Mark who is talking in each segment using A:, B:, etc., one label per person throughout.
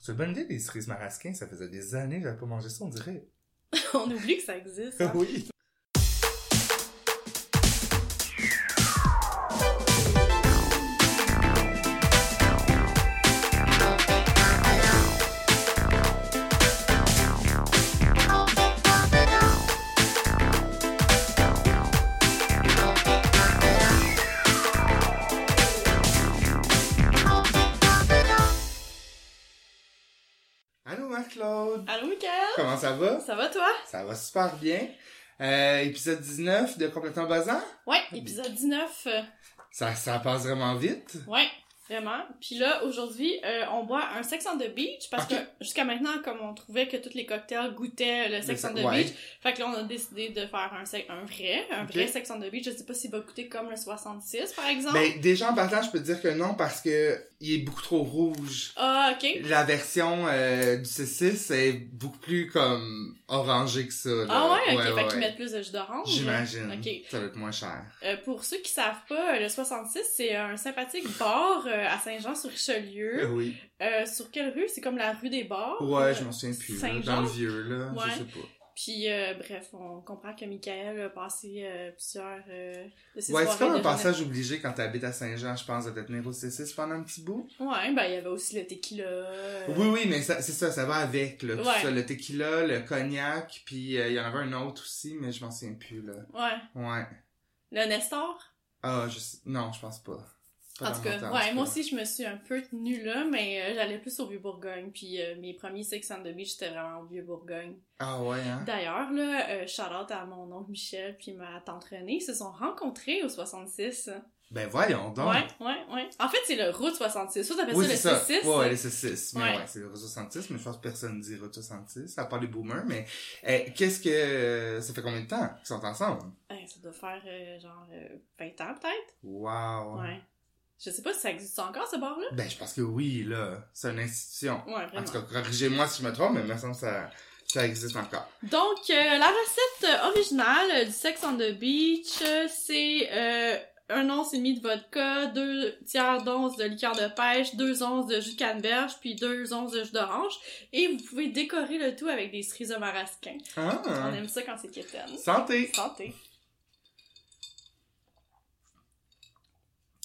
A: C'est une bonne idée, les cerises marasquins. Ça faisait des années que j'avais pas mangé ça, on dirait.
B: On oublie que ça existe. hein.
A: oui. Allô, Marc-Claude.
B: Allô, Michael?
A: Comment ça va?
B: Ça va, toi?
A: Ça va super bien. Euh, épisode 19 de Complètement Bazar.
B: Ouais, épisode 19. euh,
A: Ça, ça passe vraiment vite.
B: Ouais, vraiment. Puis là, aujourd'hui, euh, on boit un Sex on the Beach parce
A: Ok.
B: que jusqu'à maintenant, comme on trouvait que tous les cocktails goûtaient le Sex
A: Le
B: on
A: se-
B: the
A: ouais.
B: Beach, fait que là, on a décidé de faire un, sec- un vrai, un
A: Ok.
B: vrai Sex on the Beach. Je sais pas s'il va goûter comme le 66, par exemple.
A: Ben, déjà en partant, je peux te dire que non parce que il est beaucoup trop rouge.
B: Ah, ok.
A: La version euh, du C6 est beaucoup plus comme orangé que ça. là.
B: Ah ouais, ok, fait
A: ouais.
B: qu'ils mettent plus de jus d'orange.
A: J'imagine.
B: Ok.
A: Ça va être moins cher.
B: Euh, pour ceux qui savent pas, euh, le 66, c'est un sympathique bar euh, à Saint-Jean-sur-Richelieu.
A: Euh, oui.
B: Euh, sur quelle rue? C'est comme la rue des bars?
A: Ouais, je m'en souviens plus. là, dans
B: Saint-Jean?
A: le vieux, là.
B: Ouais.
A: Je sais pas.
B: Puis, euh, bref, on comprend que Michael a passé euh, plusieurs euh, de ses
A: Ouais,
B: soirées
A: c'est comme
B: de
A: un
B: jeunesse.
A: passage obligé quand t'habites à Saint-Jean, je pense, de te tenir au C6 pendant un petit bout.
B: Ouais, ben, il y avait aussi le tequila. euh,
A: Oui, oui, mais ça- c'est ça, ça va avec, là, tout
B: Ouais.
A: ça, le tequila, le cognac, puis euh, il y en avait un autre aussi, mais je m'en souviens plus, là.
B: Ouais.
A: Ouais.
B: Le Nestor.
A: Ah, je sais... Non, je pense pas. Pas
B: En
A: dans
B: tout
A: mon
B: cas,
A: temps, en
B: ouais,
A: tout
B: moi
A: cas.
B: aussi, je me suis un peu tenue là, mais euh, j'allais plus au Vieux-Bourgogne. Puis, euh, mes premiers Sex and the Beach, c'était vraiment au Vieux-Bourgogne.
A: Ah ouais, hein?
B: D'ailleurs, là, euh, shout-out à mon oncle Michel puis ma tante Renée. Ils se sont rencontrés au 66.
A: Ben voyons donc.
B: Ouais, ouais, ouais. En fait, c'est le Route 66. Ça, t'appelles
A: Oui, c'est
B: ça le
A: ça.
B: 66?
A: Ouais, le C6. Mais
B: Ouais.
A: ouais, c'est le réseau 66, mais je pense que personne ne dit réseau 66, à part les boomers, mais eh, qu'est-ce que... euh, Ça fait combien de temps qu'ils sont ensemble?
B: Hein, ça doit faire euh, genre euh, 20 ans peut-être.
A: Wow.
B: Ouais. Je sais pas si ça existe encore ce bar-là.
A: Ben, je pense que oui, là. C'est une institution.
B: Ouais,
A: En tout cas,
B: vraiment.
A: corrigez-moi si je me trompe, mais il me semble que ça, ça existe encore.
B: Donc, euh, la recette euh, originale euh, du Sex on the Beach, euh, c'est euh, un once et demi de vodka, deux tiers d'once de liqueur de pêche, deux onces de jus de canneberge, puis deux onces de jus d'orange. Et vous pouvez décorer le tout avec des cerises de marasquin.
A: Ah!
B: On aime ça quand c'est quétaine.
A: Santé!
B: Santé.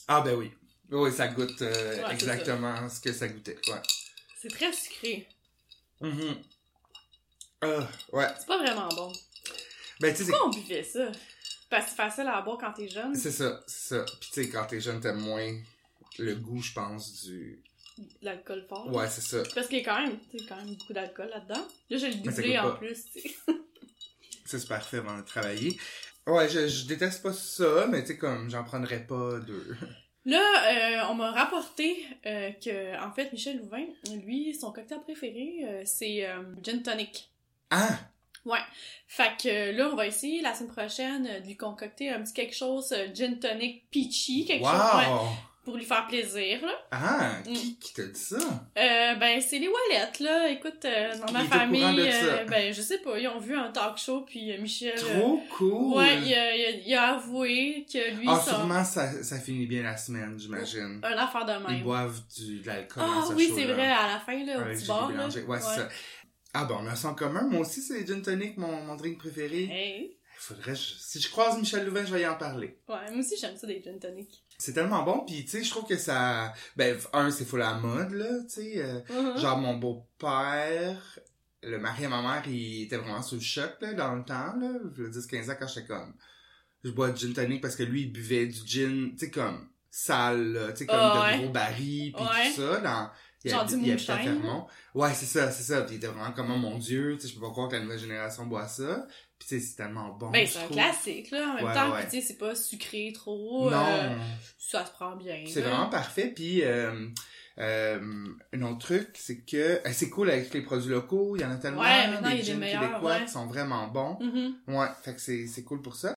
A: Ah ben oui. Oui, ça goûte euh,
B: Ouais, c'est
A: exactement ce que ça goûtait. Ouais.
B: C'est très sucré. Mm-hmm.
A: Mhm. Ah, ouais.
B: C'est pas vraiment bon.
A: Ben tu sais,
B: Pourquoi on buvait ça? Parce que c'est facile à boire quand t'es jeune.
A: c'est- c'est ça, c'est ça. Puis tu sais, quand t'es jeune, t'aimes moins le goût, je pense, du...
B: L'alcool fort.
A: Ouais, c'est ça.
B: Parce qu'il y a quand même, tu sais, quand même beaucoup d'alcool là-dedans. Là, j'ai le
A: Mais ça
B: doublé
A: goûte
B: en
A: pas.
B: plus, tu sais.
A: Ça, c'est parfait avant de travailler. Ouais, je, je déteste pas ça, mais tu sais, comme, j'en prendrais pas deux.
B: Là, euh, on m'a rapporté euh, que, en fait, Michel Louvain, lui, son cocktail préféré, euh, c'est euh, gin tonic.
A: Ah!
B: Fait que euh, là, on va essayer la semaine prochaine euh, de lui concocter un petit quelque chose, euh, gin tonic peachy, quelque
A: wow!
B: chose ouais, pour lui faire plaisir. Là.
A: Ah!
B: Mm.
A: Qui, qui t'a dit ça?
B: Euh, ben, c'est les Wallets, là. Écoute, euh, dans ma
A: Il est au courant
B: famille,
A: de ça.
B: euh, ben, je sais pas, ils ont vu un talk show, puis euh, Michel... euh,
A: Trop cool!
B: Ouais, il a, il a- il a avoué que lui,
A: ah,
B: son-
A: sûrement, ça, ça finit bien la semaine, j'imagine.
B: un affaire de
A: Ils
B: même.
A: boivent du, de l'alcool dans
B: Ah
A: ce
B: oui, c'est
A: show-là.
B: vrai, à la fin, là, au
A: Avec
B: petit
A: Julie
B: bar, là.
A: Bélanger. Ouais, c'est ça. Ah bon, on a ça en commun. Moi aussi, c'est gin tonic, mon, mon drink préféré. Il
B: Hey.
A: faudrait... je- Si je croise Michel Louvain, je vais y en parler.
B: Ouais, moi aussi, j'aime ça, des gin tonic.
A: C'est tellement bon, puis tu sais, je trouve que ça... Ben, un, c'est full la mode, là, tu sais. euh,
B: Mhm.
A: Genre, mon beau-père, le mari à ma mère, il était vraiment sous le choc, là, dans le temps, là. Je le 10-15 ans, quand j'étais comme... Je bois du gin tonic parce que lui, il buvait du gin, tu sais, comme sale, là, tu sais, comme
B: Ah,
A: de
B: ouais.
A: gros barils, puis
B: Ouais.
A: tout ça, dans... Il
B: Genre
A: habite-
B: du
A: il habite à
B: moonshine,
A: Fermont. Ouais, c'est ça, c'est ça. Puis il était vraiment comme, oh mon Dieu, tu sais, je peux pas croire que la nouvelle génération boit ça. Puis tu sais, c'est tellement bon.
B: Ben,
A: je
B: c'est un
A: trouve.
B: classique, là, en même
A: Ouais,
B: temps,
A: ouais.
B: puis tu sais, c'est pas sucré trop,
A: Non,
B: euh, ça se prend bien.
A: c'est
B: là.
A: vraiment parfait. Puis, euh, euh, un autre truc, c'est que euh, c'est cool avec les produits locaux. Il y en a tellement.
B: Ouais,
A: là,
B: maintenant, il y
A: des
B: a des
A: gins
B: meilleurs,
A: québécois
B: ouais.
A: qui sont vraiment bons.
B: Mhm.
A: Ouais, fait que c'est c'est cool pour ça.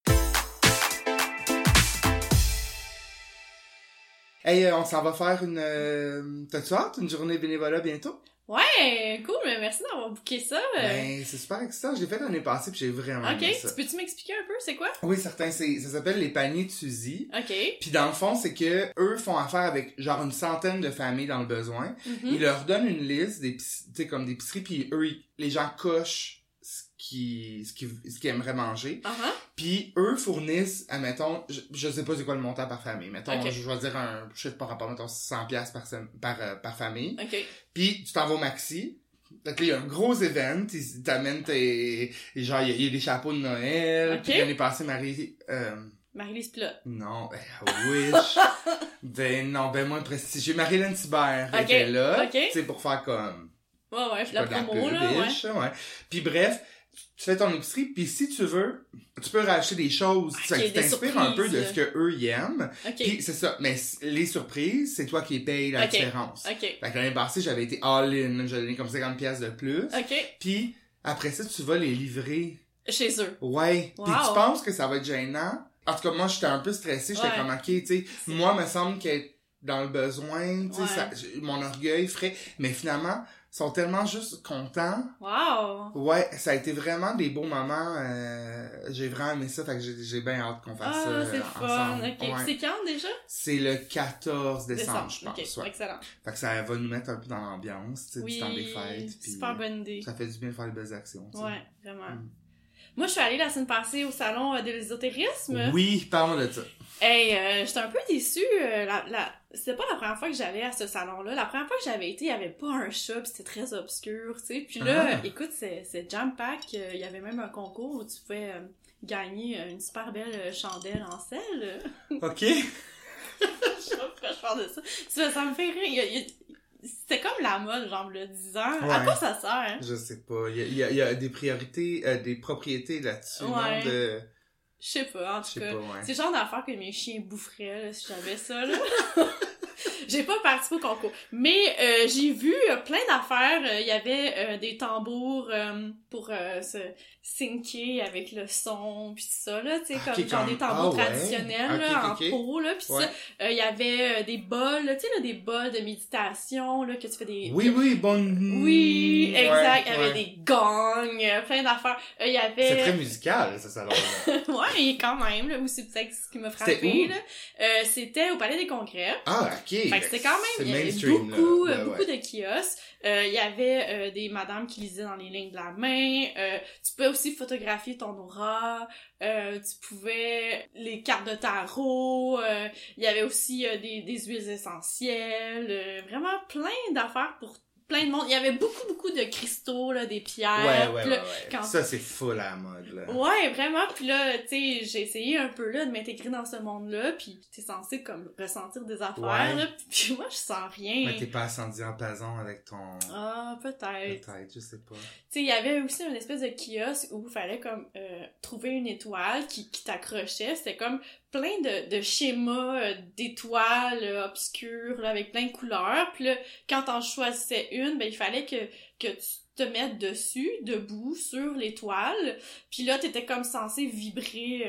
A: Hey, euh, on s'en va faire une... euh, T'as-tu hâte? Une journée bénévolat bientôt?
B: Ouais, cool, mais merci d'avoir booké ça. Euh,
A: Ben, c'est super excitant. Je l'ai fait l'année passée puis j'ai vraiment
B: ok,
A: aimé
B: tu
A: ça.
B: peux-tu m'expliquer un peu, c'est quoi?
A: Oui, certains, c'est, ça s'appelle les paniers de Suzy.
B: Ok.
A: Puis dans le fond, c'est que eux font affaire avec genre une centaine de familles dans le besoin.
B: Mhm.
A: Ils leur donnent une liste des épic- tu sais, comme des épiceries puis eux ils- les gens cochent ce qui ce qui ce qu'ils aimeraient manger.
B: Ah,
A: Puis eux fournissent, admettons, je, je sais pas c'est quoi le montant par famille. Mettons,
B: Ok.
A: je, je vais dire un chiffre par rapport mettons 100 pièces par sem- par euh, par famille.
B: ah, ok.
A: Puis tu t'en vas au maxi. Fait que là, il y a un gros event, ils t'amènent tes... Genre, il y a- il y, a des chapeaux de Noël,
B: Ok.
A: puis l'année passée, Marie... euh,
B: Marie-Lise Plot.
A: non, ben, I wish. ben non, ben moins prestigieux. Marilyn Thibert
B: Ok,
A: était là.
B: ok.
A: Tu sais, pour faire comme...
B: Ouais, ouais, je
A: pas
B: la
A: de la
B: promo,
A: pub,
B: là, ouais.
A: bitch, ouais. Puis bref, tu fais ton épicerie, puis si tu veux, tu peux racheter des choses.
B: Ah,
A: Ça
B: qu'il y ait des
A: t'inspire un peu de
B: surprises.
A: ce que eux y aiment.
B: Ok,
A: Puis c'est ça, mais c- les surprises, c'est toi qui payes la
B: Ok.
A: différence.
B: ok,
A: Fait que l'année passée, j'avais été all-in. J'avais donné comme 50 pièces de plus.
B: ok.
A: Puis après ça, tu vas les livrer.
B: Chez eux.
A: Ouais.
B: Wow.
A: Puis tu penses que ça va être gênant. En tout cas, moi, j'étais un peu stressée. J'étais
B: Ouais.
A: comme, OK, tu sais,
B: C'est-
A: moi, me semble qu'être dans le besoin, tu sais,
B: Ouais.
A: ça- j- mon orgueil ferait... Mais finalement, ils sont tellement juste contents.
B: Wow!
A: Ouais, ça a été vraiment des beaux moments. euh, j'ai vraiment aimé ça. Fait que j'ai, j'ai bien hâte qu'on fasse ça
B: Ah, c'est
A: euh,
B: le fun.
A: ensemble.
B: Ok,
A: Ouais.
B: c'est quand déjà?
A: C'est le 14 décembre, je
B: Ok,
A: pense. ouais.
B: excellent.
A: Fait que ça va nous mettre un peu dans l'ambiance, tu sais, du
B: Oui,
A: temps des fêtes. puis-
B: super bonne idée.
A: Ça fait du bien de faire les belles actions. tu sais.
B: Ouais, vraiment.
A: Mm.
B: Moi, je suis allée la semaine passée au salon euh, de l'ésotérisme.
A: Oui, parle-moi de ça.
B: Hey, euh, j'étais un peu déçue. euh, la, la... C'était pas la première fois que j'allais à ce salon-là. La première fois que j'avais été, il y avait pas un chat, puis c'était très obscur, tu sais. Puis là,
A: Ah.
B: écoute, c'est, c'est jam pack. euh, Il y avait même un concours où tu pouvais euh, gagner euh, une super belle euh, chandelle en selle.
A: OK.
B: je sais pas pourquoi je parle de ça. Ça, ça me fait rire. Il y a- il y a- C'était comme la mode, genre, le 10 ans. À
A: Ouais.
B: quoi ça sert? hein?
A: Je sais pas. Il y a, il y a- il y a des priorités, euh, des propriétés là-dessus. non,
B: Ouais.
A: de-
B: Je sais pas, en
A: Je
B: tout
A: sais
B: cas.
A: pas, ouais.
B: C'est le genre d'affaire que mes chiens boufferaient là, si j'avais ça. Là. j'ai pas participé au concours. Mais euh, j'ai vu euh, plein d'affaires. Euh, Il y avait euh, des tambours euh, pour euh, se syncer avec le son, puis tout ça, là, tu sais,
A: Ah,
B: comme
A: ok,
B: genre
A: comme-
B: des tambours
A: ah ouais.
B: traditionnels,
A: Ok,
B: là,
A: ok, ok.
B: en peau, là, puis
A: Ouais.
B: ça. Euh, Il y avait euh, des bols, là, tu sais, là, des bols de méditation, là, que tu fais des...
A: Oui, oui, bonne...
B: Oui,
A: Ouais,
B: exact. Il y avait
A: ouais.
B: des gongs, euh, plein d'affaires. Euh, Il y avait...
A: C'est très musical, ce salon-là.
B: Ouais, quand même, là, aussi peut-être ce qui m'a frappé,
A: C'était où?
B: là. Euh, c'était au Palais des Congrès.
A: ah, OK.
B: Fait que c'était quand même
A: C'est
B: il y avait
A: mainstream, là.
B: beaucoup,
A: Ouais,
B: euh, beaucoup
A: ouais.
B: de kiosques. Euh, il y avait euh, des madames qui lisaient dans les lignes de la main. Euh, tu pouvais aussi photographier ton aura. Euh, tu pouvais les cartes de tarot. Euh, il y avait aussi euh, des, des huiles essentielles. Euh, vraiment plein d'affaires pour plein de monde. Il y avait beaucoup, beaucoup de cristaux, là, des pierres.
A: Ouais, ouais,
B: Puis
A: ouais,
B: là,
A: ouais.
B: quand-
A: Ça, c'est full à la mode, là.
B: Ouais, vraiment. Puis là, tu sais, j'ai essayé un peu là de m'intégrer dans ce monde-là, puis t'es censé comme ressentir des affaires
A: Ouais.
B: là, puis moi je sens rien.
A: Mais t'es pas ascendu en passant avec ton...
B: Ah, peut-être.
A: Peut-être, je sais pas.
B: Tu sais, il y avait aussi une espèce de kiosque où il fallait comme euh, trouver une étoile qui, qui t'accrochait. C'était comme plein de, de schémas euh, d'étoiles euh, obscures là, avec plein de couleurs. Puis là, quand t'en choisissais une, ben il fallait que, que tu te mettes dessus, debout, sur l'étoile. Puis là, t'étais comme censé vibrer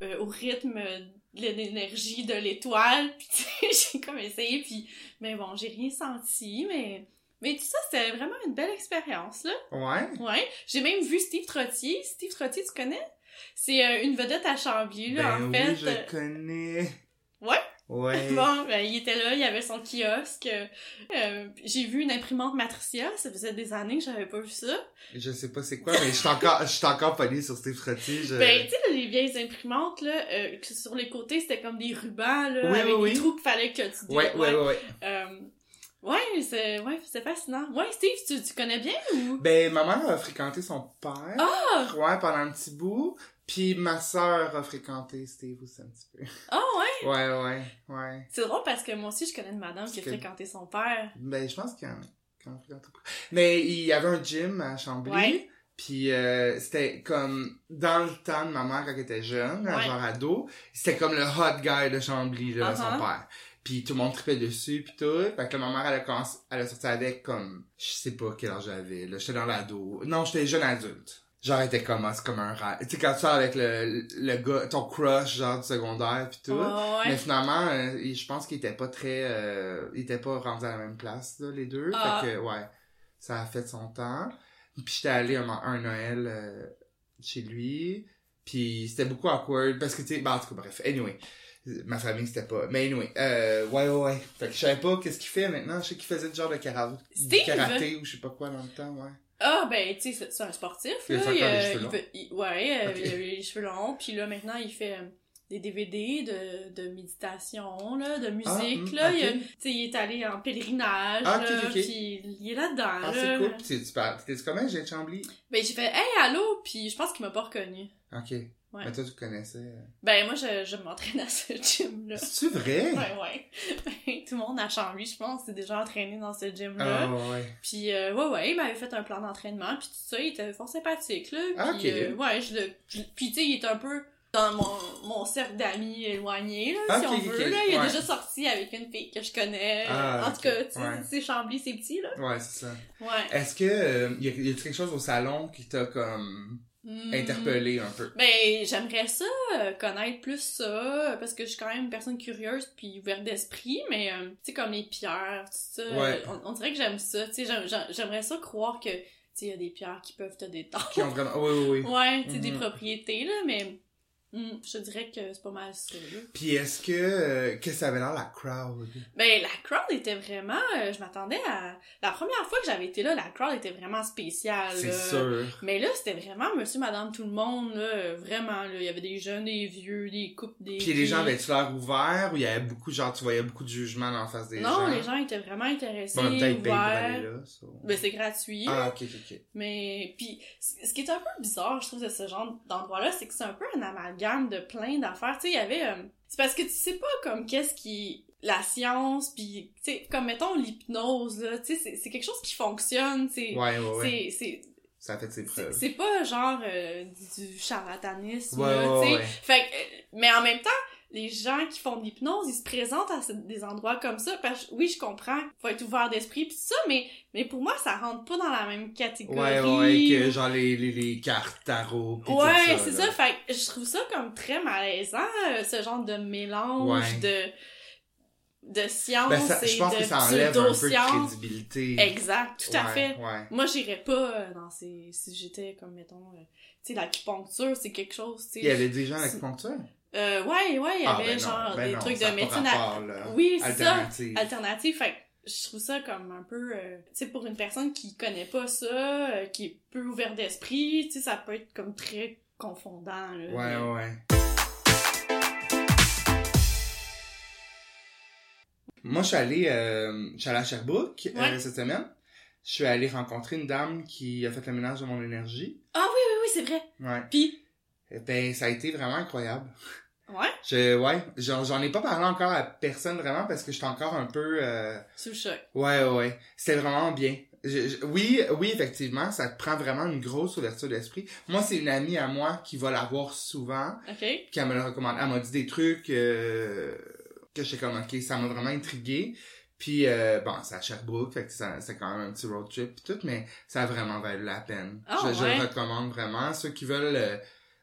B: euh, euh, au rythme euh, de l'énergie de l'étoile. Puis tu sais, j'ai comme essayé, puis... Mais bon, j'ai rien senti, mais... Mais tout ça, c'était vraiment une belle expérience, là.
A: Ouais?
B: Ouais, j'ai même vu Steve Trottier. Steve Trottier, tu connais? C'est euh, une vedette à Chambly, là,
A: ben
B: en fait. euh,
A: oui, je le connais.
B: Ouais?
A: Ouais.
B: Bon, ben, il était là, il avait son kiosque. Euh, j'ai vu une imprimante matricielle, ça faisait des années que j'avais pas vu ça.
A: Je sais pas c'est quoi, mais je suis encore, je suis encore pognée sur Steve Trottier. Je...
B: Ben, tu sais, là, les vieilles imprimantes, là, euh, que sur les côtés, c'était comme des rubans, là,
A: Oui,
B: avec
A: oui, oui.
B: des trous qu'il fallait que tu
A: ouais, ouais, ouais, ouais.
B: Euh, ouais, c'est ouais, c'est fascinant. Ouais, Steve, tu, tu connais bien ou?
A: Ben, ma mère a fréquenté son père.
B: Ah!
A: Ouais, pendant un petit bout. Puis ma sœur a fréquenté Steve aussi un petit peu.
B: Ah ouais!
A: Ouais, ouais, ouais.
B: C'est drôle parce que moi aussi, je connais une madame qui a
A: C'est-
B: fréquenté son père.
A: Ben, je pense qu'il y en a. qu'il y en a fréquenté beaucoup. Mais il y avait un gym à Chambly.
B: Ouais.
A: Puis euh, c'était comme dans le temps de ma mère quand elle était jeune,
B: Ouais.
A: genre ado, c'était comme le hot guy de Chambly, là,
B: Uh-huh.
A: son père. Puis tout le monde tripait dessus, puis tout. Fait que là, ma mère, elle a, commencé- elle a sorti avec comme, je sais pas quel âge j'avais, là. J'étais dans l'ado. Non, j'étais jeune adulte. Genre, elle était comme, Ah, c'est comme un rêve. Tu sais, quand tu sors avec le, le gars, ton crush, genre, du secondaire, puis tout.
B: Ah ouais.
A: Mais finalement, euh, il- je pense qu'il était pas très, euh, il était pas rendu à la même place, là, les deux.
B: Ah.
A: Fait que, ouais. Ça a fait son temps. Puis j'étais allée un, un Noël euh, chez lui. Puis c'était beaucoup awkward parce que, tu sais, ben, en tout cas, bref. Anyway, ma famille, c'était pas. Mais anyway, euh, ouais, ouais, ouais. Fait que je savais pas qu'est-ce qu'il fait maintenant. Je sais qu'il faisait du genre de kara- du
B: Steve!
A: karaté ou je sais pas quoi dans le temps, ouais.
B: Ah, ben, tu sais, c'est- c'est un sportif,
A: Il a
B: là.
A: encore
B: Il,
A: les
B: euh,
A: cheveux
B: il
A: longs.
B: veut- il- ouais, euh,
A: Ok.
B: il a eu les cheveux longs. Puis là, maintenant, il fait euh, des DVD de, de méditation, là, de musique,
A: Ah, hmm,
B: là.
A: ok.
B: Il, a- tu sais, il est allé en pèlerinage,
A: Ah, ok,
B: là.
A: ok, ok.
B: Puis il est là-dedans,
A: Ah,
B: là.
A: c'est cool. Puis tu- tu parles. T'es comment, j'ai Chambly?
B: Ben, j'ai fait « Hey, allô! » Puis je pense qu'il m'a pas reconnu.
A: Ok. Mais toi, tu connaissais. euh.
B: Ben, moi, je, je m'entraîne à ce gym-là.
A: C'est-tu vrai?
B: Ouais, ouais. Ben, Tout le monde à Chambly, je pense, s'est déjà entraîné dans ce gym-là.
A: Ah, ouais.
B: Puis, euh, ouais, ouais, il m'avait fait un plan d'entraînement, puis tout ça, il était fort sympathique, là.
A: Ah,
B: Puis,
A: ok.
B: euh, ouais, je le... je- Puis, tu sais, il est un peu dans mon, mon cercle d'amis éloigné, là, si
A: Ok,
B: on
A: ok,
B: veut,
A: ok,
B: là. Il est
A: ouais.
B: déjà sorti avec une fille que je connais.
A: Ah,
B: en
A: ok,
B: tout cas, tu sais,
A: ouais.
B: tu sais, Chambly, c'est petit, là.
A: Ouais, c'est ça.
B: Ouais.
A: Est-ce que euh, y, a, y a quelque chose au salon qui t'a comme
B: Hmm.
A: interpellé un peu?
B: Ben, j'aimerais ça, euh, connaître plus ça, euh, parce que je suis quand même une personne curieuse puis ouverte d'esprit, mais, euh, tu sais, comme les pierres, tout ça,
A: Ouais.
B: euh, on, on dirait que j'aime ça, tu sais, j'aime- j'aime- j'aimerais ça croire que, tu sais, il y a des pierres qui peuvent te détendre.
A: Qui ont vraiment. Oui, oui, oui.
B: Ouais, tu sais, des
A: Mhm.
B: propriétés, là, mais mm, je te dirais que c'est pas mal ça, là.
A: Puis est-ce que. euh, que ça avait l'air la crowd?
B: Ben, la crowd était vraiment... euh, je m'attendais à... La première fois que j'avais été là, la crowd était vraiment spéciale.
A: C'est
B: là.
A: sûr.
B: Mais là, c'était vraiment monsieur, madame, tout le monde, là, euh, vraiment, là. Il y avait des jeunes, des vieux, des couples, des...
A: Puis les gens
B: filles.
A: avaient-tu l'air ouverts ou il y avait beaucoup, genre, tu voyais beaucoup de jugement en face des gens?
B: Non, les gens étaient vraiment intéressés,
A: Bon, peut-être paye pour aller
B: ouverts.
A: là. so.
B: Ben, c'est gratuit,
A: Ah, ok, ok, ok.
B: Mais puis ce ce qui est un peu bizarre, je trouve, de ce genre d'endroit-là, c'est que c'est un peu un amalgame de plein d'affaires. Tu sais, il y avait. euh, c'est parce que tu sais pas comme qu'est-ce qui. La science, puis tu sais, comme mettons l'hypnose, là, tu sais, c'est- c'est quelque chose qui fonctionne, tu sais.
A: Ouais, ouais, ouais.
B: C'est- c'est-
A: Ça a fait ses
B: C'est
A: preuves.
B: c'est pas genre euh, du charlatanisme,
A: Ouais,
B: là, tu
A: ouais,
B: sais.
A: ouais.
B: Fait que, euh, mais en même temps, les gens qui font de l'hypnose, ils se présentent à ce- des endroits comme ça. Parce que, oui, je comprends, faut être ouvert d'esprit pis tout ça, mais, mais pour moi, ça rentre pas dans la même catégorie.
A: Ouais, ouais, que genre les, les, les cartes tarot. pis tout
B: Ouais, c'est
A: là.
B: ça. Fait que je trouve ça comme très malaisant, euh, ce genre de mélange de, de science
A: Ben, ça-
B: et
A: je pense
B: de
A: que ça enlève un peu de
B: pseudo-science.
A: crédibilité.
B: Exact, tout à
A: Ouais,
B: fait.
A: Ouais.
B: Moi, j'irais pas euh, dans ces... Si j'étais, comme, mettons... euh, tu sais, l'acupuncture, c'est quelque chose, tu
A: Il y
B: sais.
A: avait des gens
B: C'est-
A: avec l'acupuncture?
B: Euh, ouais, ouais, il y
A: Ah,
B: avait
A: ben non,
B: genre
A: ben
B: des
A: non,
B: trucs
A: ça
B: de
A: a pas
B: médecine... à-
A: rapport, là.
B: Oui, c'est ça,
A: Alternative.
B: alternative. Fait que je trouve ça comme un peu... euh, tu sais, pour une personne qui connaît pas ça, euh, qui est peu ouverte d'esprit, tu sais, ça peut être comme très confondant, là.
A: Ouais,
B: Mais-
A: ouais. Moi, je suis allée, euh, je suis allée à Sherbrooke euh,
B: Ouais.
A: cette semaine. Je suis allée rencontrer une dame qui a fait le ménage de mon énergie.
B: Oui, oui, c'est vrai.
A: Ouais.
B: Puis,
A: Eh Ben, ça a été vraiment incroyable.
B: ouais,
A: Je, ouais, j'en j'en ai pas parlé encore à personne vraiment parce que j'étais encore un peu... euh,
B: sous le choc.
A: Ouais, ouais, ouais. C'était vraiment bien. Je- je- oui, oui, effectivement, ça te prend vraiment une grosse ouverture d'esprit. Moi, c'est une amie à moi qui va la voir souvent,
B: OK?
A: qui me le recommande. Elle m'a dit des trucs euh, que j'étais comme, ok, ça m'a vraiment intrigué. Puis, euh, bon, c'est à Sherbrooke, fait que ça- c'est quand même un petit road trip et tout, mais ça a vraiment valu la peine.
B: Ah,
A: je, je
B: ouais.
A: le recommande vraiment. Ceux qui veulent euh,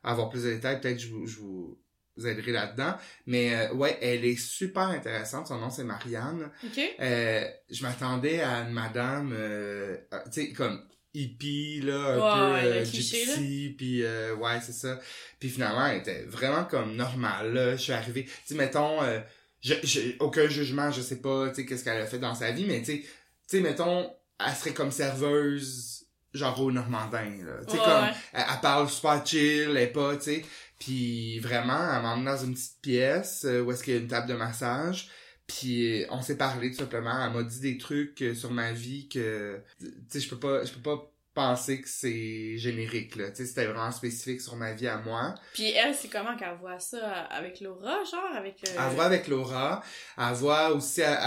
A: avoir plus de détails, peut-être je vous, je vous vous aiderai là-dedans. Mais euh, ouais, elle est super intéressante. Son nom, c'est Marianne.
B: OK?
A: Euh, je m'attendais à une madame, euh, euh, tu sais, comme hippie, là, un
B: Ouais,
A: peu
B: ouais, le
A: euh,
B: cliché,
A: gypsy, puis euh, ouais, c'est ça. Puis finalement, elle était vraiment comme normale, là. Je suis arrivé, tu sais, mettons, euh, je, je- aucun jugement, je sais pas, tu sais, qu'est-ce qu'elle a fait dans sa vie, mais tu sais, tu sais, mettons, elle serait comme serveuse, genre au Normandin, là. Tu sais,
B: Ouais,
A: comme,
B: ouais.
A: elle, elle parle super chill, elle est pas, tu sais. Puis vraiment, elle m'a emmené dans une petite pièce euh, où est-ce qu'il y a une table de massage. Puis euh, on s'est parlé tout simplement. Elle m'a dit des trucs euh, sur ma vie que, tu sais, je peux pas, je peux pas penser que c'est générique là. Tu sais, c'était vraiment spécifique sur ma vie à moi.
B: Puis elle, c'est comment qu'elle voit ça avec l'aura, genre, avec... euh,
A: Elle voit avec Laura, elle voit aussi, elle, elle-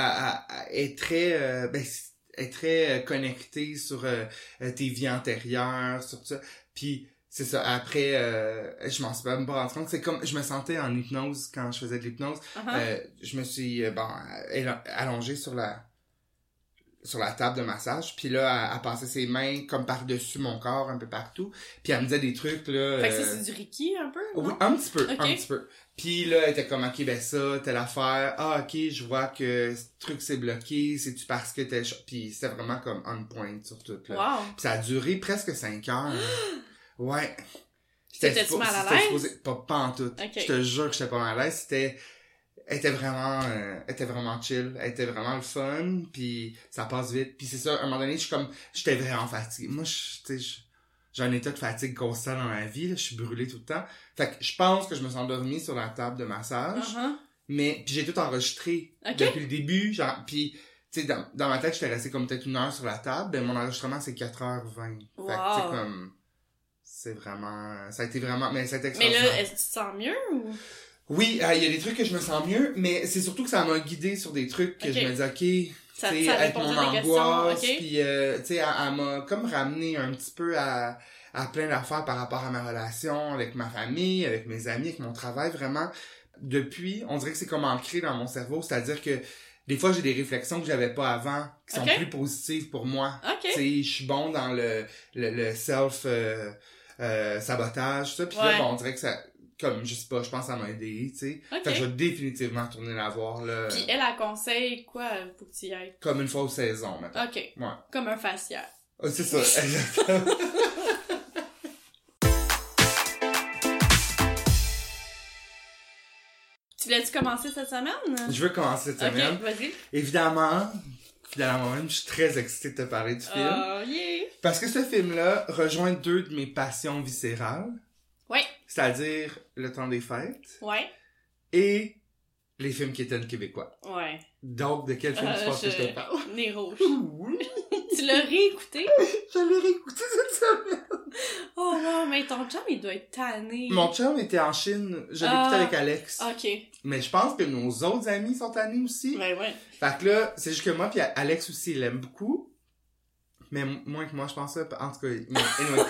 A: elle- elle est très, euh, ben, c- elle est très euh, connectée sur euh, euh, tes vies antérieures, sur ça. Puis c'est ça. Après, euh, je m'en suis même pas rendu compte. C'est comme, je me sentais en hypnose quand je
B: Ah.
A: faisais de l'hypnose.
B: uh-huh.
A: ben, Euh, je me suis, euh, bon, euh, éla- allongée sur la sur la table de massage, puis là, elle, elle passait ses mains comme par-dessus mon corps, un peu partout, puis elle me disait des trucs, là...
B: Fait que ça,
A: euh,
B: c'est du Ricky, un peu,
A: oui,
B: non?
A: un petit peu,
B: Ok.
A: un petit peu. Puis là, elle était comme, ok, ben ça, telle affaire. Ah, ok, je vois que ce truc s'est bloqué. C'est-tu parce que t'es... Puis c'était vraiment comme on point sur tout, là.
B: Wow!
A: Puis ça a duré presque cinq heures. ouais.
B: T'étais-tu
A: suppo-
B: mal à
A: c'était
B: l'aise?
A: supposé- Pas, pas en tout.
B: Ok.
A: Je te jure que j'étais pas mal à l'aise. C'était... Elle était vraiment, euh, elle était vraiment chill. Elle était vraiment le fun. Puis ça passe vite. Puis c'est ça, à un moment donné, je suis comme... J'étais vraiment fatigué. Moi, je, tu sais, je- j'ai un état de fatigue constant dans ma vie. là. Je suis brûlé tout le temps. Fait que je pense que je me suis endormi sur la table de massage.
B: Uh-huh.
A: Mais puis j'ai tout enregistré
B: Ok.
A: depuis le début, genre puis tu sais dans, dans ma tête, j'étais resté comme peut-être une heure sur la table, ben mon enregistrement c'est 4h20. Fait que
B: Wow.
A: c'est comme c'est vraiment ça a été vraiment mais ça a été
B: Mais
A: extraordinaire.
B: là, est-ce que tu te sens mieux ou?
A: Oui, euh, il y a des trucs que je me sens mieux, mais c'est surtout que ça m'a guidé sur des trucs que
B: Ok.
A: je me dis OK,
B: Ça,
A: tu sais,
B: ça
A: avec
B: répond
A: mon
B: à tes questions,
A: angoisse,
B: ok?
A: puis euh, tu sais elle, elle m'a comme ramené un petit peu à à plein d'affaires par rapport à ma relation avec ma famille, avec mes amis, avec mon travail vraiment depuis, on dirait que c'est comme ancré dans mon cerveau, c'est-à-dire que des fois j'ai des réflexions que j'avais pas avant qui sont
B: Ok.
A: plus positives pour moi. Tu
B: Ok.
A: sais, je suis bon dans le le, le self euh, euh, sabotage ça puis
B: Ouais.
A: là bon, on dirait que ça comme je sais pas, je pense que ça m'a aidé, tu sais. Fait que je
B: Ok.
A: vais définitivement tourner la voir là,
B: Puis elle, elle conseille quoi pour que tu y ailles?
A: comme une fois aux saisons maintenant.
B: Ok.
A: Ouais.
B: Comme un facial.
A: Ah, c'est ça, exactement.
B: Tu l'as-tu commencé cette semaine?
A: je veux commencer cette semaine.
B: Ok, vas-y. Vas
A: Évidemment, finalement moi-même, je suis très excitée de te parler du film.
B: Oh, yeah!
A: Parce que ce film-là rejoint deux de mes passions viscérales.
B: Ouais.
A: C'est-à-dire le temps des fêtes
B: Ouais.
A: et les films qui étaient québécois.
B: Ouais.
A: Donc, de quel film tu
B: Euh,
A: penses que je
B: je-
A: te parle?
B: Nez rouge.
A: Oui,
B: tu l'as réécouté?
A: J'allais réécouter cette semaine.
B: Oh non, mais ton chum, il doit être tanné.
A: Mon chum était en Chine. Je l'ai
B: Mm. Ah.
A: écouté avec Alex.
B: Ok.
A: Mais je pense que nos autres amis sont tannés aussi.
B: Ben ouais.
A: Fait que là, c'est juste que moi, puis Alex aussi, il l'aime beaucoup. Mais m- moins que moi, je pense. là. En tout cas, mais anyway.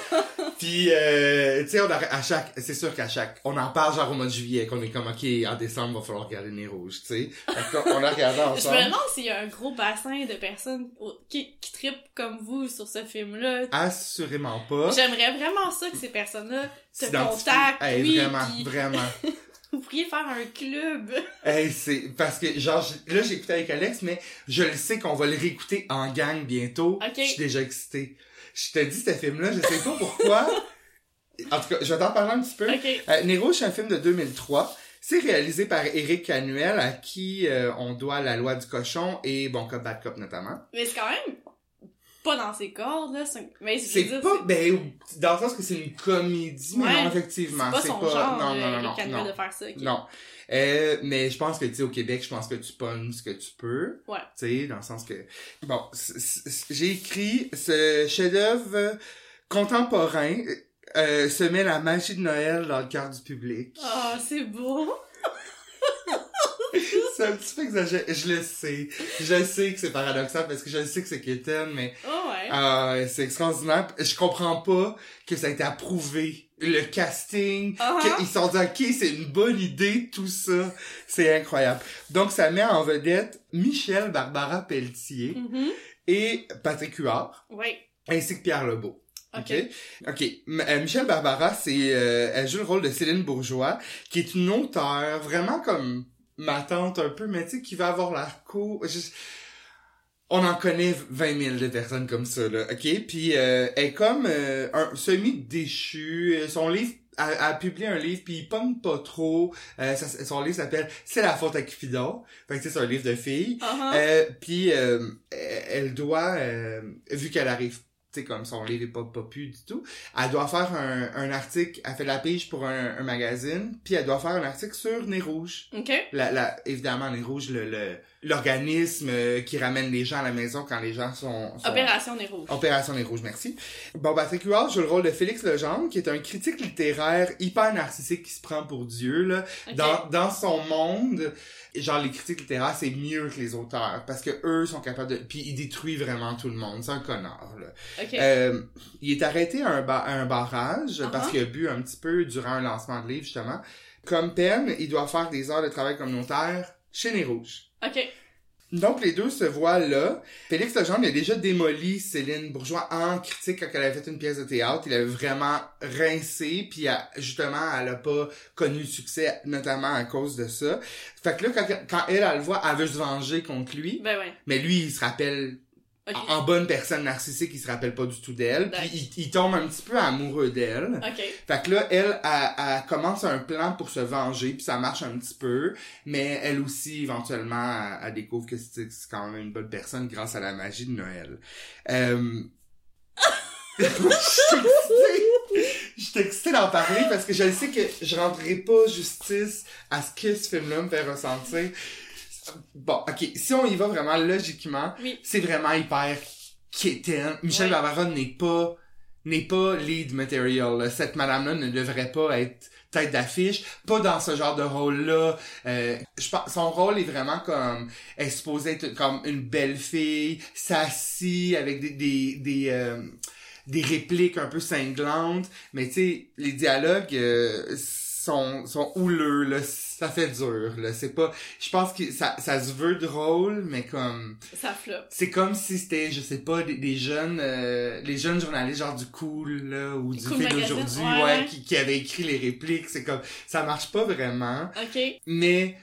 A: Puis, euh, tu sais, on a- à chaque... C'est sûr qu'à chaque... On en parle genre au mois de juillet, qu'on est comme, OK, en décembre, va falloir regarder Nez Rouge, tu sais. Fait qu'on a regardé
B: Je me
A: ensemble.
B: demande s'il y a un gros bassin de personnes au- qui, qui trippent comme vous sur ce film-là.
A: Assurément pas.
B: J'aimerais vraiment ça que ces personnes-là, te
A: S'identifier.
B: contactent,
A: Hey,
B: oui,
A: vraiment,
B: puis-
A: vraiment.
B: vous pourriez faire un club.
A: Hey, c'est... Parce que, genre, j'ai- là, j'ai écouté avec Alex, mais je le sais qu'on va le réécouter en gang bientôt.
B: Ok.
A: Je suis déjà excitée. Je te dis, ce film-là, je sais pas pourquoi. en tout cas, je vais t'en parler un petit peu.
B: Ok.
A: Euh, Nero, c'est un film de 2003. C'est réalisé par Eric Canuel, à qui euh, on doit La Loi du Cochon et Bon Cop, Bad Cop notamment.
B: Mais c'est quand même pas dans ses cordes, là. c'est- Mais je veux
A: C'est
B: dire,
A: pas, ben, dans le sens que c'est une comédie, mais
B: Ouais,
A: non,
B: c'est
A: effectivement.
B: pas son genre, euh,
A: non, non, non,
B: Eric
A: non,
B: Canuel,
A: non.
B: de faire ça. ok.
A: Non. Euh, mais je pense que, tu sais, au Québec, je pense que tu pognes ce que tu peux.
B: Ouais.
A: Tu sais, dans le sens que... Bon, c- c- c- j'ai écrit ce chef-d'œuvre contemporain euh, se met la magie de Noël dans le cœur du public.
B: Oh, c'est beau.
A: C'est un petit peu exagéré. Je le sais. Je sais que c'est paradoxal parce que je sais que c'est quétaine, mais
B: Oh, ouais.
A: euh, c'est extraordinaire. Je comprends pas que ça a été approuvé. Le casting,
B: Ah, ah.
A: qu'ils se sont dit, OK, c'est une bonne idée, tout ça. C'est incroyable. Donc, ça met en vedette Michel Barbara Pelletier
B: Mhm.
A: et Patrick Huard,
B: Ouais.
A: ainsi que Pierre Lebeau.
B: Ok.
A: OK. M- euh, Michelle Barbara, c'est euh, elle joue le rôle de Céline Bourgeois, qui est une auteure vraiment comme ma tante un peu, mais tu sais, qui va avoir l'air cool. Je- On en connaît 20 000 de personnes comme ça, là, OK? Puis euh, elle est comme euh, un semi-déchu. Son livre, elle, elle a publié un livre, puis il pomme pas trop. Euh, ça- son livre s'appelle « C'est la faute à Cupidon ». Fait que tu sais, c'est un livre de filles.
B: Ah, ah.
A: Euh, puis euh, elle doit, euh, vu qu'elle arrive, tu sais, comme son livre est pas, pas pu du tout, elle doit faire un, un article, elle fait de la pige pour un, un magazine, puis elle doit faire un article sur Nez Rouge.
B: Ok.
A: La, la, évidemment, Nez Rouge, le- le- l'organisme euh, qui ramène les gens à la maison quand les gens sont... sont-
B: Opération des rouges.
A: Opération Nez Rouge, merci. Bon, Patrick Huard joue le rôle de Félix Legendre, qui est un critique littéraire hyper narcissique qui se prend pour Dieu, là,
B: Ok.
A: dans, dans son monde, genre les critiques littéraires, c'est mieux que les auteurs parce que eux sont capables de puis il détruit vraiment tout le monde, c'est un connard là.
B: Ok.
A: Euh, il est arrêté à un, ba- à un barrage parce
B: Uh-huh.
A: qu'il a bu un petit peu durant un lancement de livre justement. Comme peine, il doit faire des heures de travail communautaire chez les rouges.
B: Ok.
A: Donc, les deux se voient là. Félix Legendre il a déjà démoli Céline Bourgeois en critique quand elle avait fait une pièce de théâtre. Il avait vraiment rincé, puis elle- justement, elle a pas connu le succès, notamment à cause de ça. Fait que là, quand, quand elle, elle le voit, elle veut se venger contre lui.
B: Ben ouais.
A: Mais lui, il se rappelle,
B: Ok.
A: en en bonne personne narcissique, il se rappelle pas du tout d'elle. Puis
B: D'accord.
A: il, il tombe un petit peu amoureux d'elle.
B: Ok.
A: Fait que là, elle, elle, elle commence un plan pour se venger, puis ça marche un petit peu, mais elle aussi, éventuellement, elle, elle découvre que c'est c'est quand même une bonne personne grâce à la magie de Noël. Euh... je suis excitée. Je suis excitée d'en parler parce que je le sais que je rendrai pas justice à ce que ce film-là me fait ressentir. Bon, ok, si on y va vraiment logiquement,
B: Oui.
A: c'est vraiment hyper quétaine. Michel
B: Ouais.
A: Bavara n'est pas n'est pas lead material. là. Cette madame-là ne devrait pas être tête d'affiche, pas dans ce genre de rôle-là. Euh, je pense- son rôle est vraiment comme elle est supposée être comme une belle fille, sassy, avec des des des, euh, des répliques un peu cinglantes, mais tu sais les dialogues euh, sont sont houleux là, ça fait dur là. C'est pas, je pense que ça ça se veut drôle, mais comme
B: Ça floppe.
A: c'est comme si c'était, je sais pas, des, des jeunes, euh, les jeunes journalistes genre du cool là, ou du
B: Cool
A: fait
B: Magazine,
A: d'aujourd'hui,
B: ouais,
A: ouais,
B: ouais.
A: qui, qui avaient écrit les répliques. C'est comme, ça marche pas vraiment.
B: Ok.
A: Mais